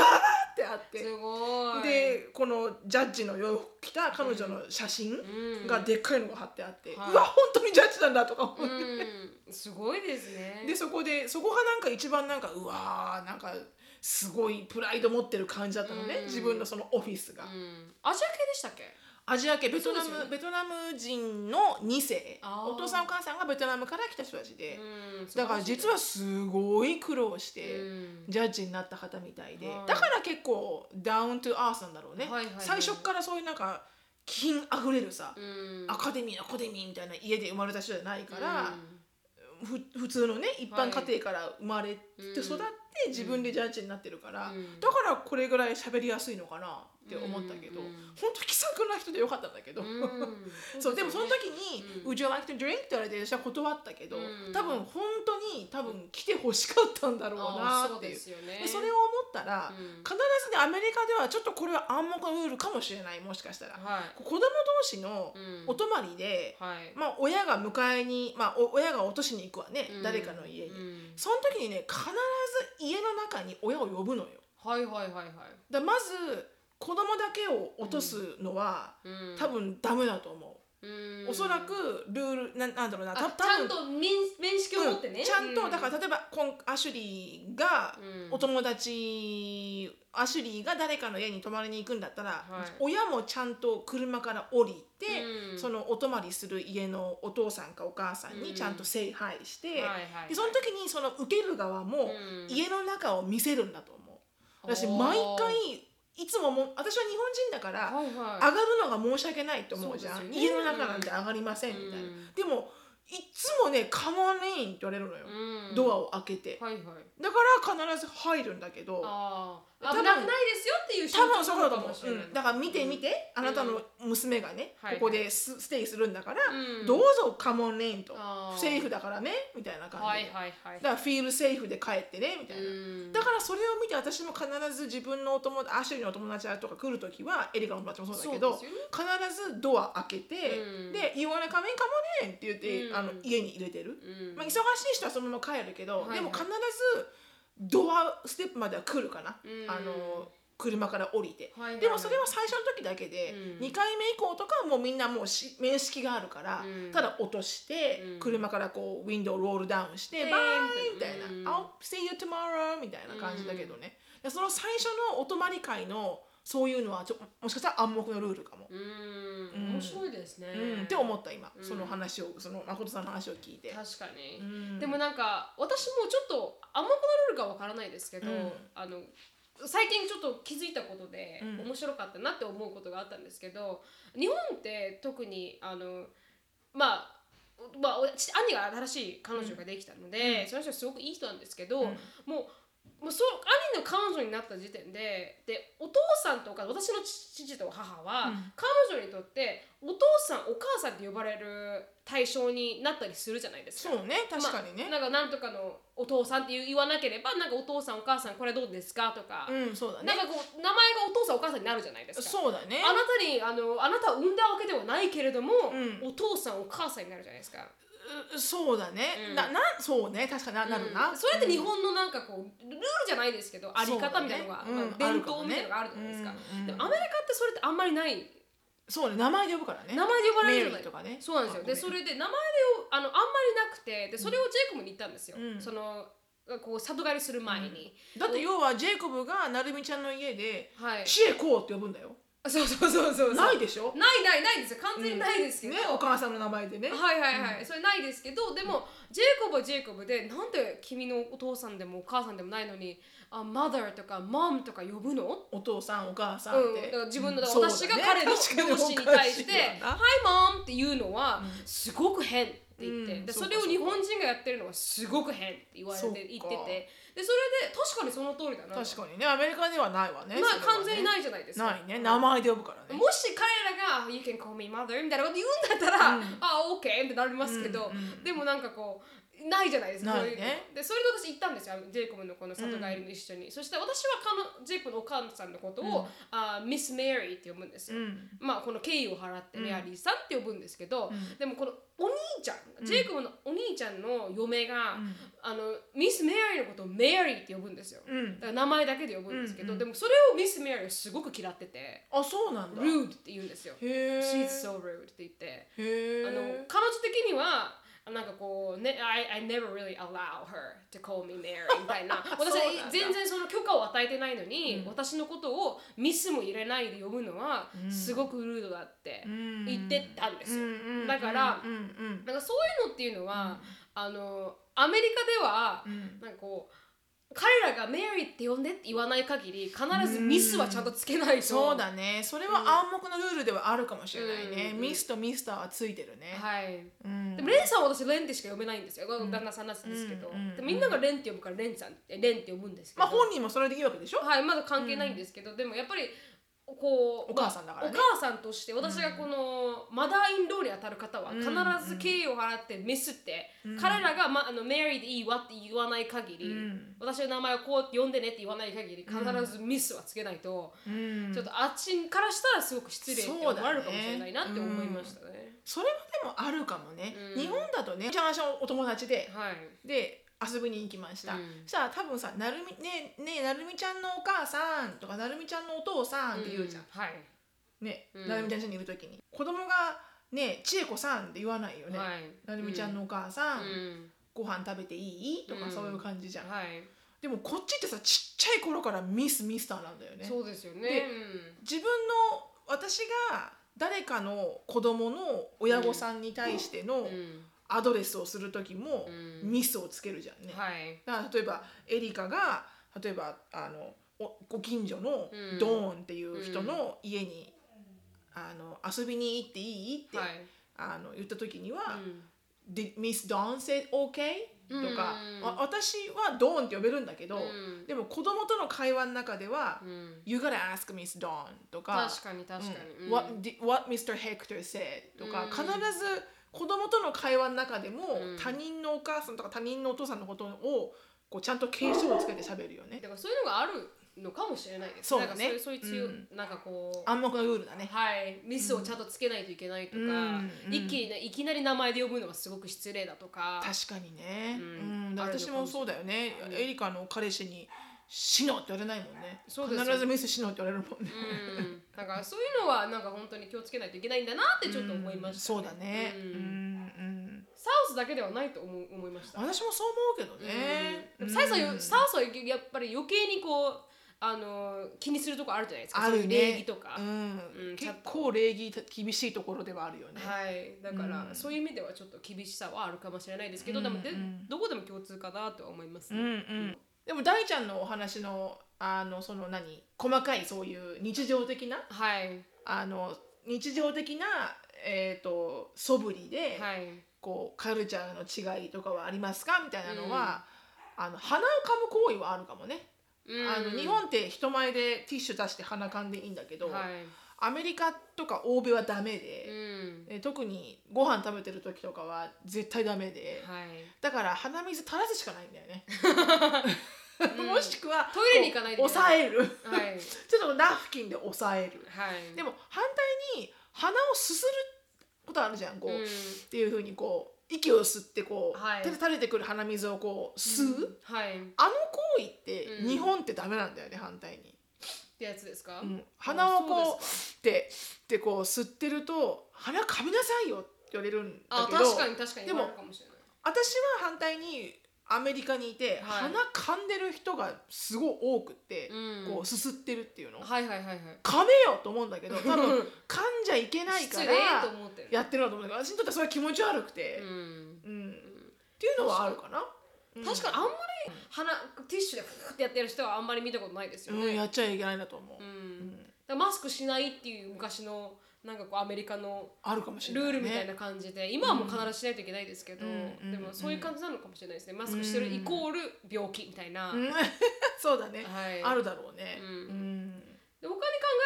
ってあってすごいでこのジャッジの洋服着た彼女の写真うんがでっかいのが貼ってあって、はいうわ本当にジャッジなんだとか思ってうんすごいですねでそこでそこがなんか一番なんかうわーなんかすごいプライド持ってる感じだったのね、うん自分のそのオフィスが、うん、アジア系でしたっけアジア系ベトナそうですム、よねベトナム人の2世あーお父さんお母さんがベトナムから来た人たちで、うんだから実は素すごい苦労し晴らて、しいうんジャッジになった方みたいで、はいだから結構ダウントゥアースなんだろうね、はいはいはい最初っからそういうなんか気品あふれるさ、うんアカデミーアカデミーみたいな家で生まれた人じゃないかうら、んふ普通のね一般家庭から生まれてうん育って、自分でジャッジになってるから、うんだからこれぐらい喋りやすいのかなって思ったけど、うんほんと気さくな人でよかったんだけど。うん (laughs) そうでもそのすよね時に「うん Would you like to drink?」って言われて私は断ったけど、うん多分本当に多分来てほしかったんだろうあーなそっうていでうすよねでそれを思ったうら、ん必ずねアメリカではちょっとこれは暗黙のルールかもしれないもしかしたら、はい子供同士のうんお泊まりで、はいまあ、親が迎えに、まあ、お親が落としに行くわね、うん誰かの家に、うんその時にね必ず家の中に親を呼ぶのよはいはいはいはいだまず子供だけを落とすのは、うん多分ダメだと思ううんおそらくルールななんだろうなあたちゃん多分と面面識を持ってうねんちゃんと、うだから例えばこんアシュリーがうんお友達、アシュリーが誰かの家に泊まりに行くんだったら、はい親もちゃんと車から降りて、うんそのお泊まりする家のお父さんかお母さんうにんちゃんと聖拝して、はいはいはいでその時にその受ける側もうん家の中を見せるんだと思う。私おー毎回いつもも私は日本人だから、はいは上いがるのが申し訳ないと思うじゃ、そうんですよね家の中なんて上がりませんみたいな、うんでもいつもね「カモンレイン」って言われるのよ、うんドアを開けてはいはいだから必ず入るんだけどあ多あ分危なくないですよっていう多分そうだかと思もうしれない、うんだから見て見て、あなたの娘がね、はいここですステイするんだから、うんどうぞカモンレインとあーセーフだからねみたいな感じで、はいはいはいだからフィールセーフで帰ってねみたいな、うんだからそれを見て私も必ず自分のお友達アシュリーのお友達とか来る時はエリカの友達もそうだけどそうですよ必ずドア開けてうん「で You wanna come in? Come on in!」って言って、うんあの家に入れてる、うんまあ、忙しい人はそのまま帰るけど、はいはいでも必ずドアステップまでは来るかな、うんあの車から降りて、はいはいはいでもそれは最初の時だけで、うん2回目以降とかはもうみんなもうし面識があるから、うんただ落として、うん車からこうウィンドウロールダウンして「えーバイ!」みたいなうん「I'll see you tomorrow」みたいな感じだけどね、でその最初のお泊まり会のそういうのはちょもしかしたら暗黙のルールかも。うん面白いですね、うん、って思った今、うんその話をその誠さんの話を聞いて、確かに、うんでもなんか私もちょっと暗黙のルールがわからないですけど、うんあの最近ちょっと気づいたことでうん面白かったなって思うことがあったんですけど日本って特にあのまあまあ、お父兄が新しい彼女ができたので、うんその人はすごくいい人なんですけど、うんもうもうそう兄の彼女になった時点ででお父さんとか私の父と母は、うん彼女にとってお父さんお母さんって呼ばれる対象になったりするじゃないですか。そうね確かにね、まあ、なんかなんとかのお父さんって言わなければなんかお父さんお母さんこれどうですかとか、うんそうだねなんかこう名前がお父さんお母さんになるじゃないですか。そうだねあなたにあのあなたを産んだわけではないけれども、うんお父さんお母さんになるじゃないですか。うそうだね、うんななそうね確かにな,、なるうなんそれって日本のなんかこうルールじゃないですけどあり方みたいなのが、そうだねうんまあ、伝統みたいなのがあるじゃないですかあるかもねうんうんでもアメリカってそれってあんまりないそうね名前で呼ぶから名ね前で呼ばれるじゃなメリいーとかねそうなんですよでそれれで名前をあのあんまりなくてでそれをジェイコブに言ったんですよ、うんそのこう里帰りする前に、だって要はジェイコブがなるみちゃんの家ではい「シエコー」って呼ぶんだよそうそうそうそうそうないでしょないないないですよ完全にないですけど、ねお母さんの名前でねはいはいはい、それないですけどでもジェイコブはジェイコブでなんで君のお父さんでもお母さんでもないのにあマザーとかマムとか呼ぶのお父さんお母さんうっん、て、だから自分の、だうんからそうだね私が彼の確か両親に対して「おかしいわな Hi mom」っていうのはすごく変って言って、うんでそうそかれを日本人がやってるのがすごく変って言われてそう言かっててでそれで確かにその通りだな確かにねアメリカではないわねまあそれは完全にねないじゃないですかないね名前で呼ぶからねもし彼らが「You can call me mother」みたいなこと言うんだったら「うんあ OK」ってなりますけど、うんうんでもなんかこうないじゃないですかないねそういうのでそれで私行ったんですよジェイコブのこの里帰りも一緒に、そして私は彼女ジェイコブのお母さんのことうんを「あミス・メリー」って呼ぶんですうよ、んまあこの敬意を払ってうんメアリーさんって呼ぶんですけど、うんでもこのお兄ちゃん、うんジェイコブのお兄ちゃんの嫁が、うんあのミス・メアリーのことをメアリーって呼ぶんですよ、うんだから名前だけで呼ぶんですけど、うんうんでもそれをミス・メアリーはすごく嫌っててあそうな「んだ rude」って言うんですよへえ She's so rude って言って、へえあの彼女的にはなんかこう、ね、I, I never really allow her to call me Mary みたい (laughs) な私そうなんだ全然その許可を与えてないのに、うん私のことをミスも入れないで呼ぶのはうんすごくルードだって言言ってたんですよ、よだからうんうんなんかそういうのっていうのは、あのアメリカではうんなんかこう彼らがメリーって呼んでって言わない限り必ずミスはちゃんとつけないと、そうだねそれは暗黙のルールではあるかもしれないね、うんうんミスとミスターはついてるね、はいうん、でもレンさんは私レンってしか呼べないんですよ、ん旦那さんなんですけど、うんうんでみんながレンって呼ぶからレンさんってレンって呼ぶんですけど、まあ本人もそれでいいわけでしょ、はいまだ関係ないんですけど、でもやっぱりこうお母さんだからねまあお母さんとして私がこの、マダーインローに当たる方はうん必ず敬意を払ってミスって、うん彼らが、ま、あのメリーでいいわって言わない限り、うん私の名前をこう呼んでねって言わない限り必ずミスはつけないと、うんちょっとあっちからしたらすごく失礼って思われるかもしれないなってそうだね思いましたね。それはでもあるかもね、うん日本だとね私のお友達ではい、で遊びに行きました、うんそしたら多分さ「なるみねえねえなるみちゃんのお母さん」とか「なるみちゃんのお父さん」って言うじゃん、んはいね、うんなるみちゃん家にいる時に子供がね「千恵子さん」って言わないよね、はい、なるみちゃんのお母うさん、ん、ご飯食べていいとかうんそういう感じじゃん、はい、でもこっちってさちっちゃい頃からミスミスターなんだよねそうですよね。でうん自分の私が誰かの子供の親御さんに対してのうんアドレスをする時もうんミスをつけるじゃんね、はい。だから例えばエリカが例えばあのおご近所のうんドーンっていう人の家に、あの遊びに行っていいって、はい。あの言った時にはう「ん Did Miss Dawn say okay?」うんとか、あ私はドーンって呼べるんだけど、うんでも子供との会話の中では「うん。 You gotta ask Miss Dawn」とか確かに確かに。ううんん what, did- what Mr. Hector said」とか、うん必ず子供との会話の中でも、うん他人のお母さんとか他人のお父さんのことをこうちゃんと継承をつけて喋るよねだからそういうのがあるのかもしれないです。そうだねなんかそういうそういう強うんなんかこう。暗黙のルールだねはい、ミスをちゃんとつけないといけないとか、うんうん一気にねいきなり名前で呼ぶのはすごく失礼だとか確かにね、ううんんだからあるの私かももしれそうだよね、エリカの彼氏に「死の!」って言われないもんねそうですよ必ずミス死のって言われるもんね、うん、なんかそういうのはなんか本当に気をつけないといけないんだなってちょっと思いました、そうだね、うんうんうんサウスだけではないと思う思いました私もそう思うけどね。うんでもサウスはうよんサウスはやっぱり余計にこうあの気にするとこあるじゃないですかあそういるうね礼儀とか、ううんん結構礼儀厳しいところではあるよね。はいだから、うんそういう意味ではちょっと厳しさはあるかもしれないですけど、でもでうんうんどこでも共通かなとは思いますうんね、うん。でも大ちゃんのお話のあのその何細かいそういう日常的なはいあの日常的なえっ、と素振りで、はいこうカルチャーの違いとかはありますかみたいなのは、あの鼻を噛む行為はあるかもね。うんあの日本って人前でティッシュ出して鼻噛んでいいんだけど、はいアメリカとか欧米はダメで。うんえー特にご飯食べてる時とかは絶対ダメで、 (laughs) はいだから鼻水垂らすしかないんだよね、うん (laughs) もしくはトイレに行かないでこう抑える (laughs) はいちょっとナフキンで抑えるはい (laughs) でもも反対に鼻をすすることあるじゃんこう、うんっていうふうにこう息を吸ってこう、はい手で垂れてくる鼻水をこう吸う、はいっあの行為ってうん日本ってダメなんだよね反対に、てやつですか、うん鼻をこうあそうですってでこう吸ってると鼻噛みなさいよって言われるんだあけど確かに確かにでもあるかもしれない私は反対にアメリカにいて、はい鼻噛んでる人がすごい多くって、うんこうすすってるっていうの、はいはいはいはい噛めよと思うんだけど (laughs) 多分噛んじゃいけないか失ら礼と思ってるやってるんだと思うんだけど私にとってはそれは気持ち悪くうて、んうんっていうのはあるかな。うん確かにあんまり鼻ティッシュでフーってやってる人はあんまり見たことないですようん、やね。っちゃいけないなと思う。うんだからマスクしないっていう昔のなんかこうアメリカのあるかもしれルなーい、ね、ルみたいな感じで、今はもう必ずしないといけないですけど、うんでもそういう感じなのかもしれないですね、マスクしてるイコール病気みたいな、うん (laughs) そうだね、はい、あるだろうねううん、で他に考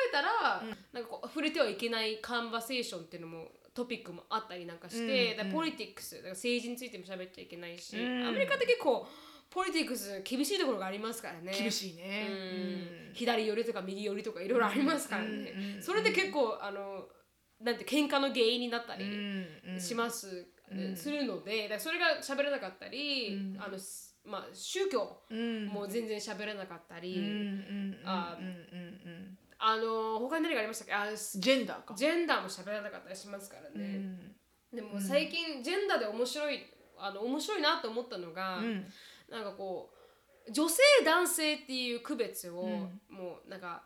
えたら、なんかこう触れてはいけないカンバセーションっていうのもトピックもあったりなんかして、うだんからうんポリティックスだから政治についても喋っちゃいけないし、うんアメリカって結構ポリティックス厳しいところがありますからね厳しいね、うん左寄りとか右寄りとかいろいろありますからね、うんうんそれで結構あのなんて喧嘩の原因になったうりんうんします、うんするのでだからそれが喋れなかったり、うんあのすまあ、宗教うんも全然喋れなかったり、うんうんあうんうんうんあの他に何がありましたっけあすジェンダーか、ジェンダーも喋らなかったりしますからうね、んでも最近ジェンダーで面白いあの面白いなと思ったのが、うんなんかこう女性男性っていう区別を、うんもうなんか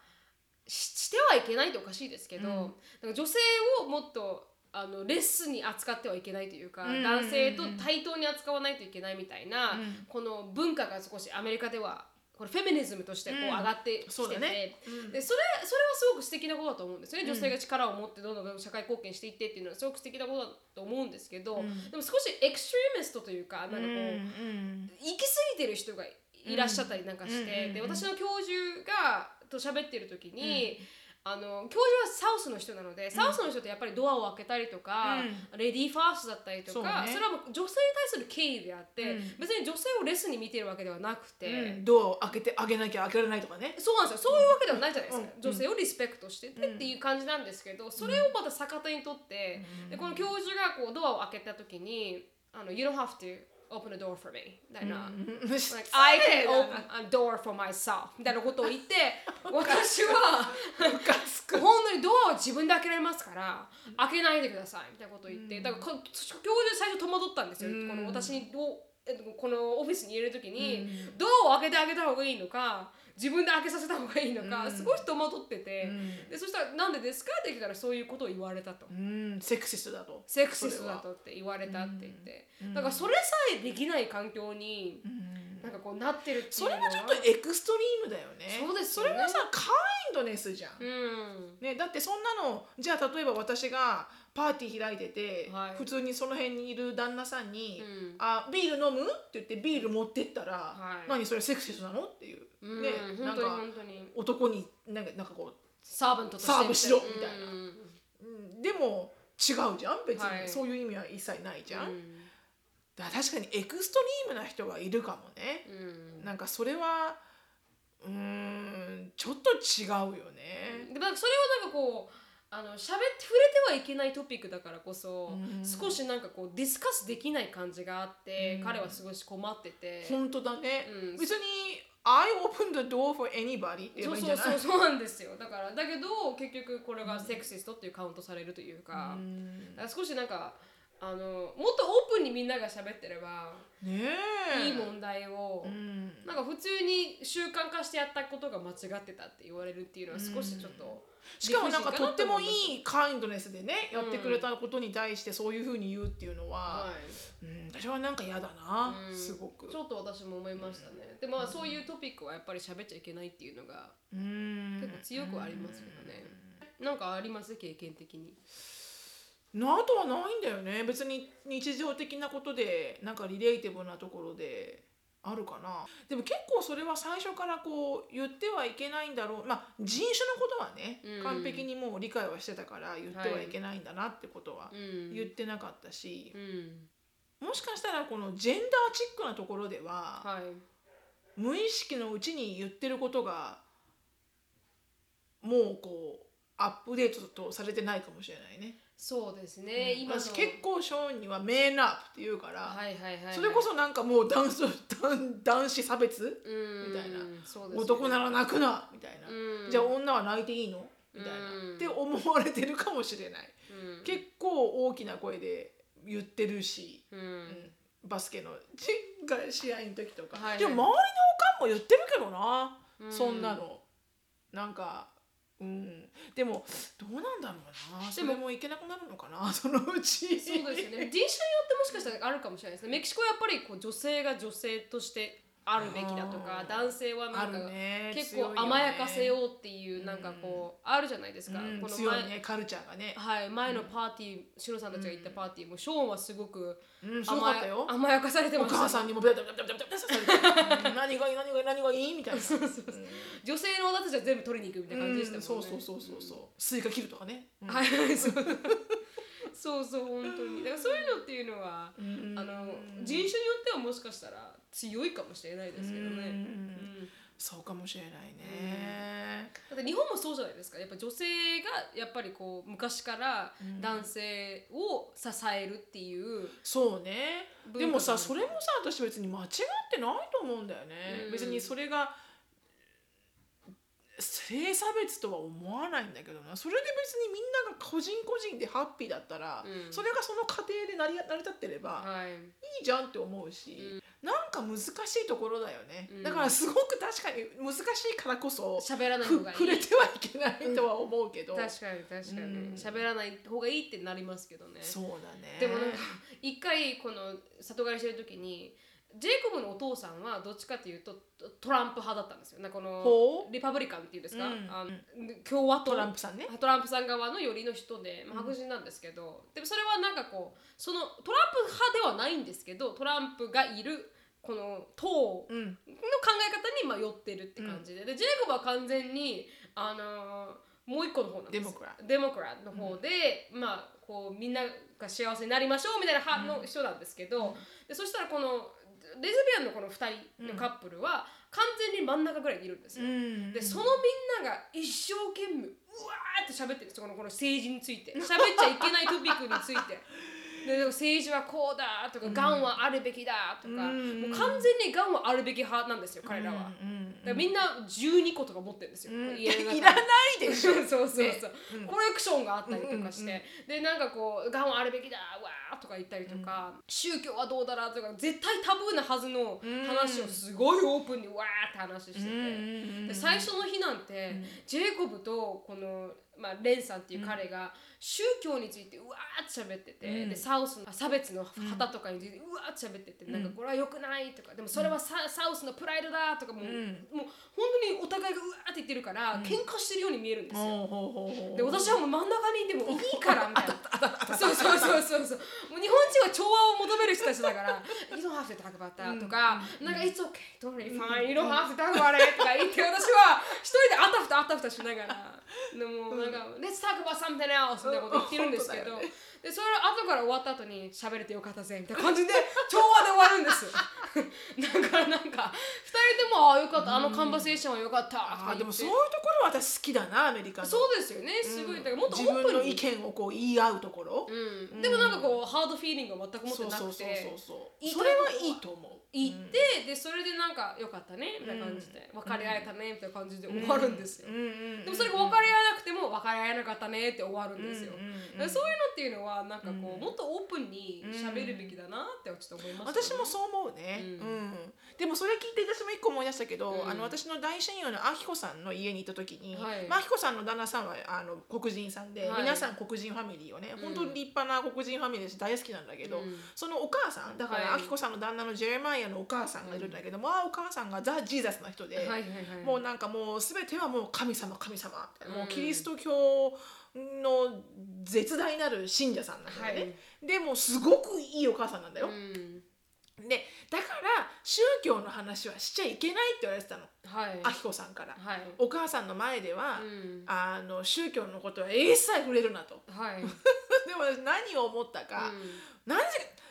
ししてはいけないっておかしいですけど、うんなんか女性をもっとあのレッスンに扱ってはいけないというか、うんうんうん男性と対等に扱わないといけないみたいな、うんこの文化が少しアメリカではこれフェミニズムとしてこううん上がってきてて、そうだねうんでそれそれはすごく素敵なことだと思うんですよね、女性が力を持ってどんどんどんどん社会貢献していってっていうのはすごく素敵なことだと思うんですけど、うんでも少しエクストリミストというかなんかこう、うん行き過ぎてる人がいらっしゃったりなんかして、うんでうんうんうん私の教授がと喋ってる時に、あの教授はサウスの人なので、サウスの人ってやっぱりドアを開けたりとか、レディーファーストだったりとそうかそ,、ねれはもう女性に対する敬意であって、うん別に女性をレスに見てるわけではなくて。うんドアを開けてあげなきゃ開けられないとかねそうなんですよそういうわけではないじゃないですか、うん女性をリスペクトしててうんっていう感じなんですけど、それをまた逆手にとって、でこの教授がこうドアを開けた時に「あの You don't have to open the door for me」みたいな、うん Like, I can open a door for myself みたいなことを (laughs) 言って私はムカつく本当にドアを自分で開けられますから開けないでくださいみたいなことを言って、だからか教授最初戸惑ったんですよ、うんこの私にどうえっとこのオフィスにいる時に、うドアを開けてあげた方がいいのか自分で開けさせた方がいいのか、うんすごい戸惑ってて、うんでそしたら「なんでですか?」って聞いたらそういうことを言われたと。うんセクシストだとセクシストだとって言われたって言って、うんだからそれさえできない環境にうんなんかこうなってるっていうそのれがもちょっとエクストリームだよねそうですそよねれがさカインドネスじゃんうんね、だってそんなのじゃあ例えば私がパーティー開いてて、はい普通にその辺にいる旦那さんにうんあビール飲む?」って言ってビール持ってったら「はい何それセクシスなの?」っていう、うんねな本当んにか本当に男になんかなんかこサーバントとしてサーブしろみたいなうんううんでも違うじゃん別に、はいそういう意味は一切ないじゃん、うんだから確かにエクストリームな人はいるかもねうんなんかそれはうーんちょっと違うよね、でもなんかそれはなんかこうあの喋って触れてはいけないトピックだからこそ、うん少しなんかこうディスカスできない感じがあって、うん彼はすごい困ってて、本当だね、うん別に「I open the door for anybody」って言えそうばいいんそじゃうないそうそうなんですよだからだけど結局これがセクシストっていうカウントされるというか,、うんだから少しなんかあのもっとオープンにみんなが喋ってれば、ねえいい問題を、うんなんか普通に習慣化してやったことが間違ってたって言われるっていうのは少しちょっと、しかもなんかとってもい、いいカインドネスでねやってくれたことに対してそういうふうに言うっていうのは、はいうん、私はなんか嫌だな、うんすごくち。ょっと私も思いましたねでもまあそういうトピックはやっぱり喋っちゃいけないっていうのがうん結構強くはありますけどね、なんかあります経験的になどはないんだよね別に日常的なことでなんかリレイティブなところであるかなでも結構それは最初からこう言ってはいけないんだろうまあ人種のことはね、うん完璧にもう理解はしてたから言ってはいけないんだなってことはうん言ってなかったしう、んもしかしたらこのジェンダーチックなところでは、はい無意識のうちに言ってることがもうこうアップデートとされてないかもしれないね。そうですね、今の私結構ショーンには「メンアップ」って言うから、はいはいはいはいそれこそなんかもう男子男 (laughs) 男子差別、うんみたいなそうですね男なら泣くなみたいな、うんじゃあ女は泣いていいのみたいな、うんって思われてるかもしれない、うん結構大きな声で言ってるし、ううんんバスケのちが試合の時とか、はいはいでも周りのおかんも言ってるけどな、うんそんなのなんかうんでもどうなんだろうなそでれももいけなくなるのかなそのうちそうですよね人種によってもしかしたらあるかもしれないですねメキシコはやっぱりこう女性が女性としてあるべきだとかあー男性はあなんかるね結強い構よね甘やかせようっていうなんかこうあるじゃないですか、うんこの強前いねカルチャーがねはい、前のパーティー、シロさんたちが行ったパーティーも、ショーンはすごくうんすご甘かやったよ甘やかされておました母ね。さんにもベタベタベタベタベタされてうん何がいい何がいい何がいいみたいなそうそうそう女性の私たちは全部取りに行くみたいな感じでしたもんね。うんそうそうそうそうそうスイカ切るとかね、うんはいはい (laughs) そうそうそう本当にだからそういうのっていうのは、うんあの人種によってはもしかしたら強いかもしれないですけどね、ううんんそうかもしれないね、だって日本もそうじゃないですかやっぱ女性がやっぱりこう昔からうん男性を支えるっていうそうね文化でもさがあるそれもさ私別に間違ってないと思うんだよね、うん別にそれが性差別とは思わないんだけどなそれで別にみんなが個人個人でハッピーだったら、うんそれがその過程で成り成り立ってれば、はい、いいじゃんって思うし、なんか難しいところだよね、うんだからすごく確かに難しいからこそ喋らないふ方がいい触れてはいけないとは思うけど、確かに確かうんに喋らない方がいいってなりますけどねそうだねでもなんか一回この里帰りしてる時にジェイコブのお父さんはどっちかというとトトランプ派だったんですよなんかこほのリパブリカンっていうんですか、うんあの共和党トランプさんねトランプさん側の寄りの人で、まあ、白人なんですけど、でもそれはなんかこうそのトランプ派ではないんですけどトランプがいるこの党うんの考え方にまあ寄ってるって感じで,、でジェイコブは完全に、あのーもう一個の方なんですデモクラデモクラの方で、まあこうみんなが幸せになりましょうみたいな派の人なんですけど、でそしたらこのレズビアンのこの2人のカップルは完全に真ん中ぐらいにいるんですよ。うんでそのみんなが一生懸命うわーって喋ってるんですよこのこの政治について喋っちゃいけないトピックについ (laughs) て。ででも政治はこうだとか、がんはあるべきだとか、うんもう完全にがんはあるべき派なんですよ彼らは、だかうんうんらみんな12個とか持ってるんですよ、うん家の中にいらないでしょ (laughs) そうそうそう、ねうんコレクションがあったりとかして、でなんかこう「がんはあるべきだわー」とか言ったりとか、宗教はどうだら」とか絶対タブーなはずの話をすごいオープンにわーって話してて、で最初の日なんて、ジェイコブとこの、まあ、レンさんっていう彼が宗教についてうわーって喋ってて、うんでサウスのあ差別の旗とかについてうわーって喋ってて、なんかこれは良くないとかでもそれはサ,、サウスのプライドだとかもう,、うんもう本当にお互いがうわーって言ってるから、喧嘩してるように見えるんですよ。ほうほうほうほうで私はもう真ん中にいてもいいからみたいなそうそうそうそうそうもう日本人は調和を求める人たちだから「You don't have to talk about that」とか「なんか It's okay don't really fine you don't have to talk about it」とか言って私は一人であたふたあたふたしながらでもなんか「Let's talk about something else」みたいなこと言ってるんですけうんど本当だよねでそれは後から終わった後に喋れてよかったぜみたいな感じで調和で終わるんですよだからなんか二人とも「ああよかったあのカンバセーションはよかった」とかあ言ってでもそういうところは私好きだなアメリカのそうですよねすごいだからもっとオ自ープ分ンのに意見をこう言い合うところ、うん、でもなんかこう、ハードフィーリングは全く持ってそうなそうくそうてそうそう言いたいことそれはいいと思う行って、でそれでなんか「よかったね」みたいな感じで「別れ合えたね」みたいな感じで終わるんですよ、うんうんでもそれが分かり合えなくても「別れ合えなかったね」って終わるんですよ、うんうんうんだからそういうのっていうのはなんかこう、もっとオープンに喋るべきだなってちょっと思いました、私もそう思うね、ううんでもそれ聞いて私も一個思い出したけど、うんあの私の大親友のアキコさんの家に行った時に、はいまあ、アキコさんの旦那さんはあの黒人さんで、はい皆さん黒人ファミリーをね本当に立派な黒人ファミリーだし大好きなんだけど、うんそのお母さんだからはアいキコさんの旦那のジェレマイアのお母さんがいるんだけど、まあお母さんがザ・ジーザスな人で。はいはいはいもうなんかもう全てはもう神様神様みたいなもううんキリスト教の絶大なる信者さんなんだよね、でもうすごくいいお母さんなんだよ、はい、うんでだから宗教の話はしちゃいけないって言われてたのはいあきこさんから、はいお母さんの前では、うんあの宗教のことは一切触れるなと (laughs) はい、うんでも私何を思ったか、何時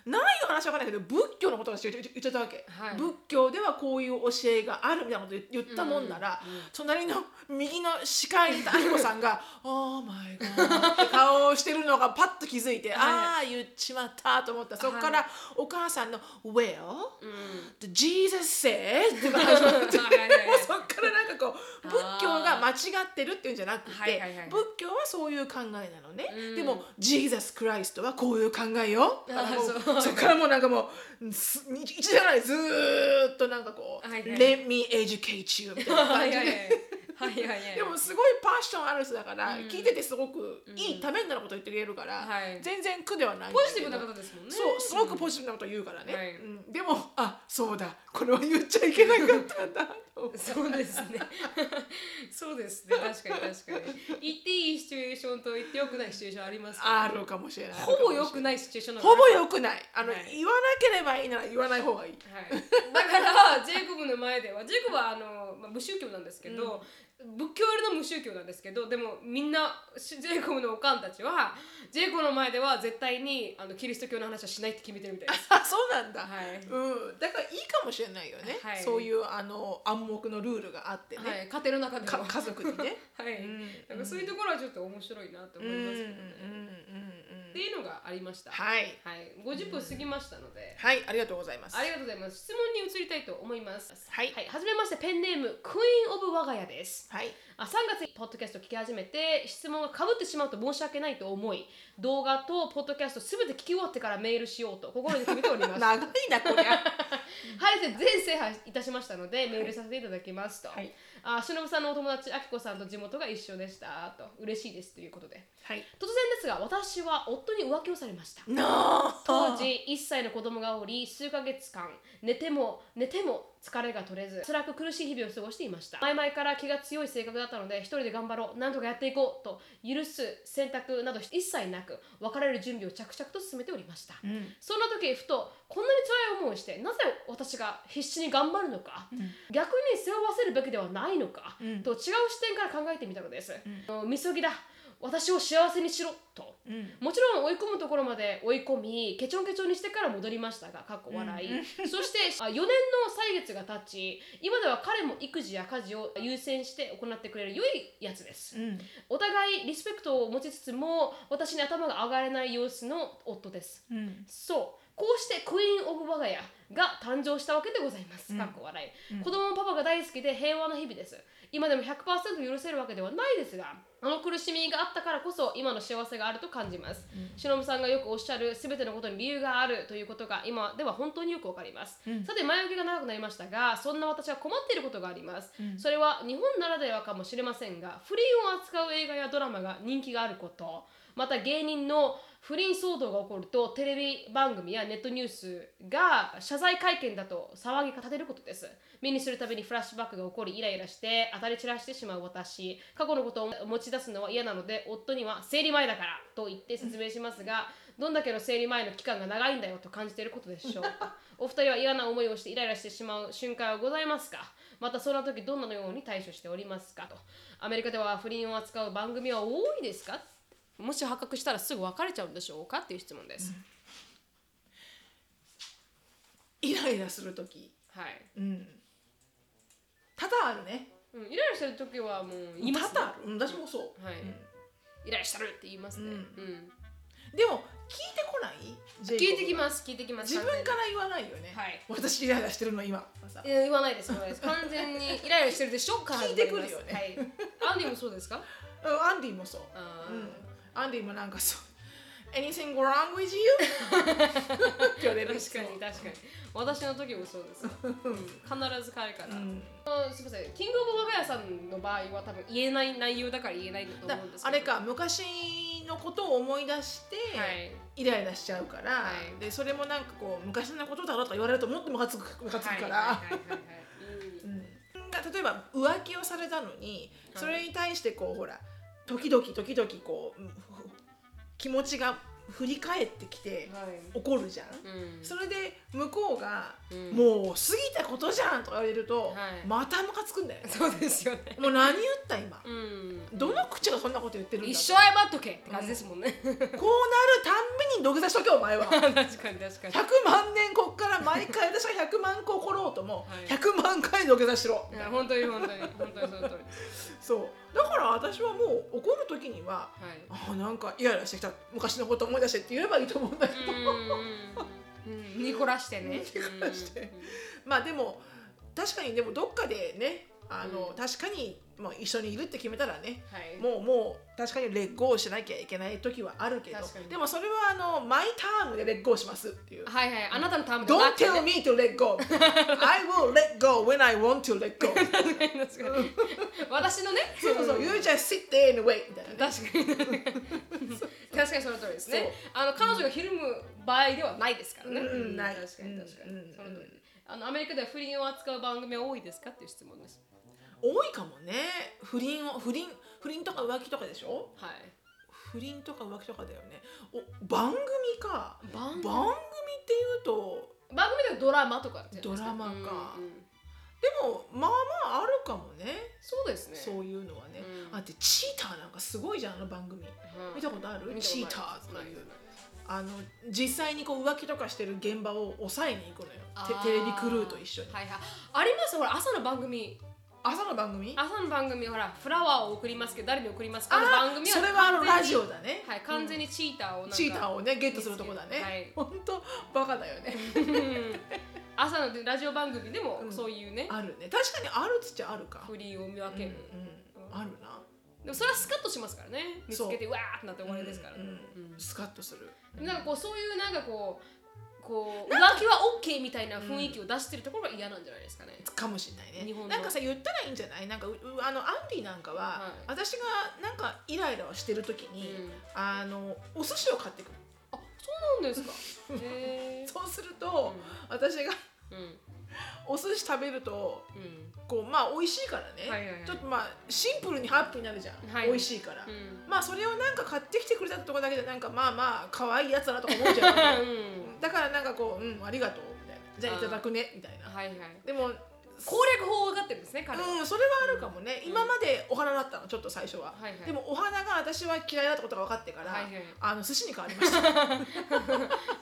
何の話は分かんないけど仏教のことを言っちゃったわけ、はい仏教ではこういう教えがあるみたいなこと言ったもんなら、隣の右の視界にいたあきこさん (laughs) が「おーマイゴー」って顔をしてるのがパッと気づいて、ああ言っちまったと思ったそこからお母さんの「Well?」うんで Jesus said とか始まってもはいはいはいうそっからなんかこう仏教が間違ってるっていうんじゃなくて、はいはいはい仏教はそういう考えなのね、うんでも Jesus Christ はこういう考えよあーだからもうそうそっからもうなんかもうす一じゃないずーっとなんかこう「はいはい Let me educate you」みたいなは感いじはいはいで。はいはいはいでもすごいパッションある人だから、うん聞いててすごくいうんいためになること言ってくれるから、はい全然苦ではないんポだけどジティブな方ですもんねそうすごくポジティブなこと言うからね、はいうんでもあそうだこれは言っちゃいけなかったんだと思ってそうですね。 (laughs) そうですね。確かに確かに。言っていいシチュエーションと言ってよくないシチュエーションありますからあるかもしれないほぼ良くないいシチュエーションなのほぼ良くないあの、はい言わなければいいなら言わない方が (laughs) いいはい、だからジェイコブの前ではジェイコブはあの、まあ、無宗教なんですけど、仏教寄りの無宗教なんですけどでもみんなしジェイコブのおかんたちはジェイコブの前では絶対にあのキリスト教の話はしないって決めてるみたいです。あそうなんだ、はいうん、だからいいかもしれないよね、はいそういうあの暗黙のルールがあってね、はい、家庭の中でかも家族にね、 (laughs) はい、だからそういうところはちょっと面白いなとうん思ういんうんうんまうすけどね。んっていうのがありました。はいはい、50分過ぎましたので、はいありがとうございますありがとうございます。質問に移りたいと思います。はいはい、はじめまして、ペンネーム、クイーン・オブ・我が家です。はいあ3月にポッドキャストを聞き始めて、質問がかぶってしまうと申し訳ないと思い、動画とポッドキャストすべて聞き終わってからメールしようと心に決めております。長い (laughs) なこりゃはい、全制覇いたしましたので、メールさせていただきますと。はいあ、しのぶさんのお友達、あきこさんと地元が一緒でしたと。嬉しいですということで。はい突然ですが、私は夫に浮気をされました。 (laughs) なあ当時1歳の子供がおり数ヶ月間寝ても寝ても疲れが取れず辛く苦しい日々を過ごしていました前々から気が強い性格だったので一人で頑張ろうなんとかやっていこうと許す選択など一切なく別れる準備を着々と進めておりましたうんそんな時ふとこんなに辛い思いをしてなぜ私が必死に頑張るのか、ん逆に背負わせるべきではないのか、うんと違う視点から考えてみたのです、みそぎだ私を幸せにしろとうんもちろん追い込むところまで追い込みケチョンケチョンにしてから戻りましたがかっこ笑い、そしてあ4年の歳月が経ち今では彼も育児や家事を優先して行ってくれる良いやつです、うんお互いリスペクトを持ちつつも私に頭が上がれない様子の夫ですうんそうこうしてクイーン・オブ・我が家が誕生したわけでございます。かっこ笑い、子供もパパが大好きで平和な日々です。今でも100%許せるわけではないですが、あの苦しみがあったからこそ今の幸せがあると感じます。しのぶさんがよくおっしゃる全てのことに理由があるということが今では本当によくわかります。さて前置きが長くなりましたが、そんな私は困っていることがあります。それは日本ならではかもしれませんが、不倫を扱う映画やドラマが人気があること。また芸人の不倫騒動が起こるとテレビ番組やネットニュースが謝罪会見だと騒ぎが立てることです目にするたびにフラッシュバックが起こりイライラして当たり散らしてしまう私過去のことを持ち出すのは嫌なので夫には生理前だからと言って説明しますがどんだけの生理前の期間が長いんだよと感じていることでしょうかお二人は嫌な思いをしてイライラしてしまう瞬間はございますかまたそんな時どんなように対処しておりますかとアメリカでは不倫を扱う番組は多いですかもし発覚したらすぐ別れちゃうんでしょうかっていう質問です、イライラする時はい、うん多々あるねうん、イライラしてる時はもう言います多々あるうん私もそはい、イライラしてるって言いますね、ううんんうでも聞いてこない聞いてきすます聞いてきます自分から言わないよね、はい私イライラしてるの今完朝全にいや言わないです言わないです完全にイライラしてるでしょから聞いてくるよねはい、アンディもそうですかうんアンディもそう、あうー、ん、アンディもなんかそう「Anything wrong with you?」って言われる確かに確かに私の時もそうです、うん、必ず彼から、うんあのすみませんキングオブ我が家さんの場合は多分言えない内容だから言えないんだとだ思うんですけどあれか昔のことを思い出して、はいイライラしちゃうから、はいでそれもなんかこう昔のことだろうとか言われるともっとムカつくムカつくはから、いはいはいはいはいうん、だ例えば浮気をされたのにはいそれに対してこうほら時々時々こううんふ気持ちが振り返ってきてはい怒るじゃん。うんそれで向こうが「うんもう過ぎたことじゃん!」とか言われると、はいまたムカつくんだよね。そうですよね。もう何言った今うん。どの口がそんなこと言ってるんだ一と生謝っとけって感じですもんね。 (laughs) こうなるたんびに土下座しとけお前は確かに確かに。 100万年こっから毎回私が100万個怒ろうとも、はい100万回土下座しろいや本当に本当に本当にその通りです。そうだから私はもう怒る時にははい。あなんかイライラしてきた昔のこと思い出してって言えばいいと思うんだけど、うんうんうんうん。ニコラしてね。ニコラしてまあでも確かにでもどっかでねあの、うん確かに、まあ、一緒にいるって決めたらねはいもうもう確かにレッグオーしなきゃいけない時はあるけど確かにでもそれはあのマイタームでレッグオーしますっていう。はいはいあなたのターム Don't て tell me to let (laughs) go. I will let go when I want to let go. 確かに (laughs) 私のねそうそうそう。You just sit there and wait. みたいなね確かに確かにその通りですねあの彼女がひるむ場合ではないですからね、うんうんない確かに確かに、うんうんその通りですあのアメリカでは不倫を扱う番組は多いですかっていう質問です多いかもね。不倫を不倫不倫とか浮気とかでしょ？はい不倫とか浮気とかだよね。お番組か。番組番組っていうと番組ではドラマとかじゃないですかドラマかうんうんでもまあまああるかもね。そうですねそういうのはね。うんあってチーターなんかすごいじゃんあの番組。うん見たことあ見たこる？とないチーターズとないいです。うねあの実際にこう浮気とかしてる現場を抑えに行くのよあテーテレビクルーと一緒に、はいはいありますほら朝の番組朝の番組朝の番組ほらフラワーを送りますけど誰に送りますかああの番ー組はそれはあの完ラジ全にオだね、はい完全にチーターをなんかチーターをねゲットするとこだね、はいほんとバカだよねうん朝のラジオ番組でもうんそういうね、あるね確かにあるっちゃあるか、不倫を見分うんけうるん、、あるなでもそれはスカッとしますからね見つけてうわーってなって終わりですから、うんうんうんスカッとするなんかこうそういうなんかこうこう浮気は OK みたいな雰囲気を出してるところが嫌なんじゃないですかね、かもしれない日ね本のなんかさ言ったらいいんじゃないなんかううあのアンディなんかはは、い私がなんかイライラをしてる時に、うんあのお寿司を買ってくる (laughs) あそうなんですかへえそうすると、私が (laughs) うんうんお寿司食べるとうんこうまあ美味しいからね、はいはいはいちょっとまあシンプルにハッピーになるじゃん、はい美味しいから、うんまあそれをなんか買ってきてくれたとこだけでなんかまあまあ可愛いやつだなとか思うじゃん (laughs) うんだからなんかこう「うんありがとう」みたいな「じゃあいただくね」みたいなはいはいでも攻略法を分かってるんですね彼は、うん、それはあるかもね、今までお花だったのちょっと最初は、はいはいでもお花が私は嫌いだったことが分かってから、はいはいあの寿司に変わりました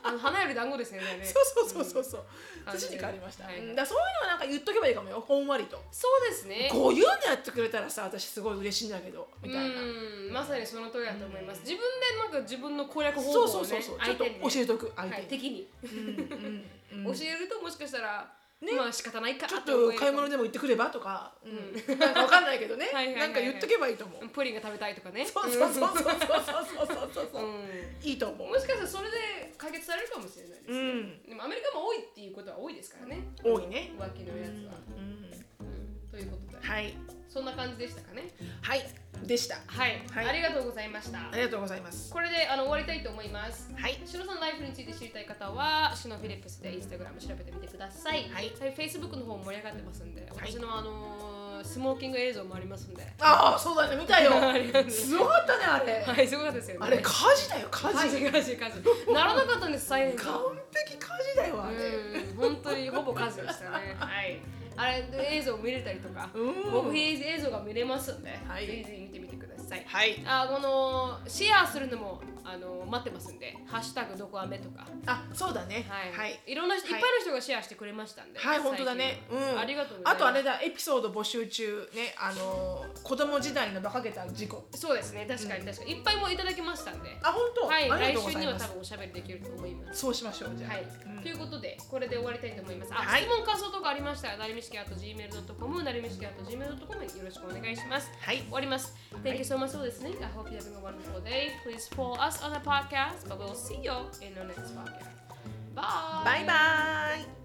あの花より団子ですねねそうそうそうそうそう、うん寿司に変わりました、はいはいうんだからそういうのはなんか言っとけばいいかもよほんわりとそうですねこういうのやってくれたらさ私すごい嬉しいんだけどみたいな、うんまさにその通りだと思います、自分でなんか自分の攻略方法そうを、ね、そうそうそう、ちょ相っと手に、ね、教えとくは相い、手に、敵に、うんうんうん教えるともしかしたら、ねまあ仕方ないかちょっ思えとる買い物もでも行ってくればとか、うなんかわかんないけどねはいはいはいはいなんか言っとけばいいと思う、プリンが食べたいとかねそうそうそうそうそうそうそうそう、ういいと思んうもしかしたらそれで解決されるかもしれないです、うんでもアメリカも多いっていうことは多いですからね多いね浮気のやつは、うんうんということではいそんな感じでしたかねはいでしたはい、はいありがとうございましたありがとうございますこれであの終わりたいと思いますはいシノさんのライフについて知りたい方は、シノフィリップスでインスタグラム調べてみてください。はいはい、Facebook の方盛り上がってますんで、私のあのースモーキング映像もありますんで。ああそうだね見た (laughs) よありがとうございますすごかったねあれ、はい、すごかったですよね。あれ火事だよ火火事事、火事、火事。ならなかったんです、サイレンが。完璧火事だよあれ、うん、本当にほぼ火事でしたね。はい。あれ映像見れたりとか、うん僕映像が見れますんで、はいぜひぜひ見てみてください。はいあこのシェアするのもあの待ってますんで、ハッシュタグどこアメとか。あそうだねはい、はいい、ろんな人、はいっいぱいの人がシェアしてくれましたんで。はい、本当だね。最う近ん。ありがとうございます。あとあれだ、エピソード募集中ね、あのー子供時代の馬鹿げた事故。そうですね、確かに確かに、いっぱいもういただきましたんで。あ、本当。はい、あ来りがとうご週ざにいはま多す。分おしゃべりできると思います。そうしましょうじゃあ。はい、うんということで、これで終わりたいと思います。あ、はい質問感想とかありましたら、なりみしきあと gmail.com、なりみしきあと gmail.com によろしくお願いします。はい終。わります。Thank you so much for listening. I hope you're having a wonderful day. Please follow us on the podcast, but we'll see you in the next podcast. Bye. バイバイ。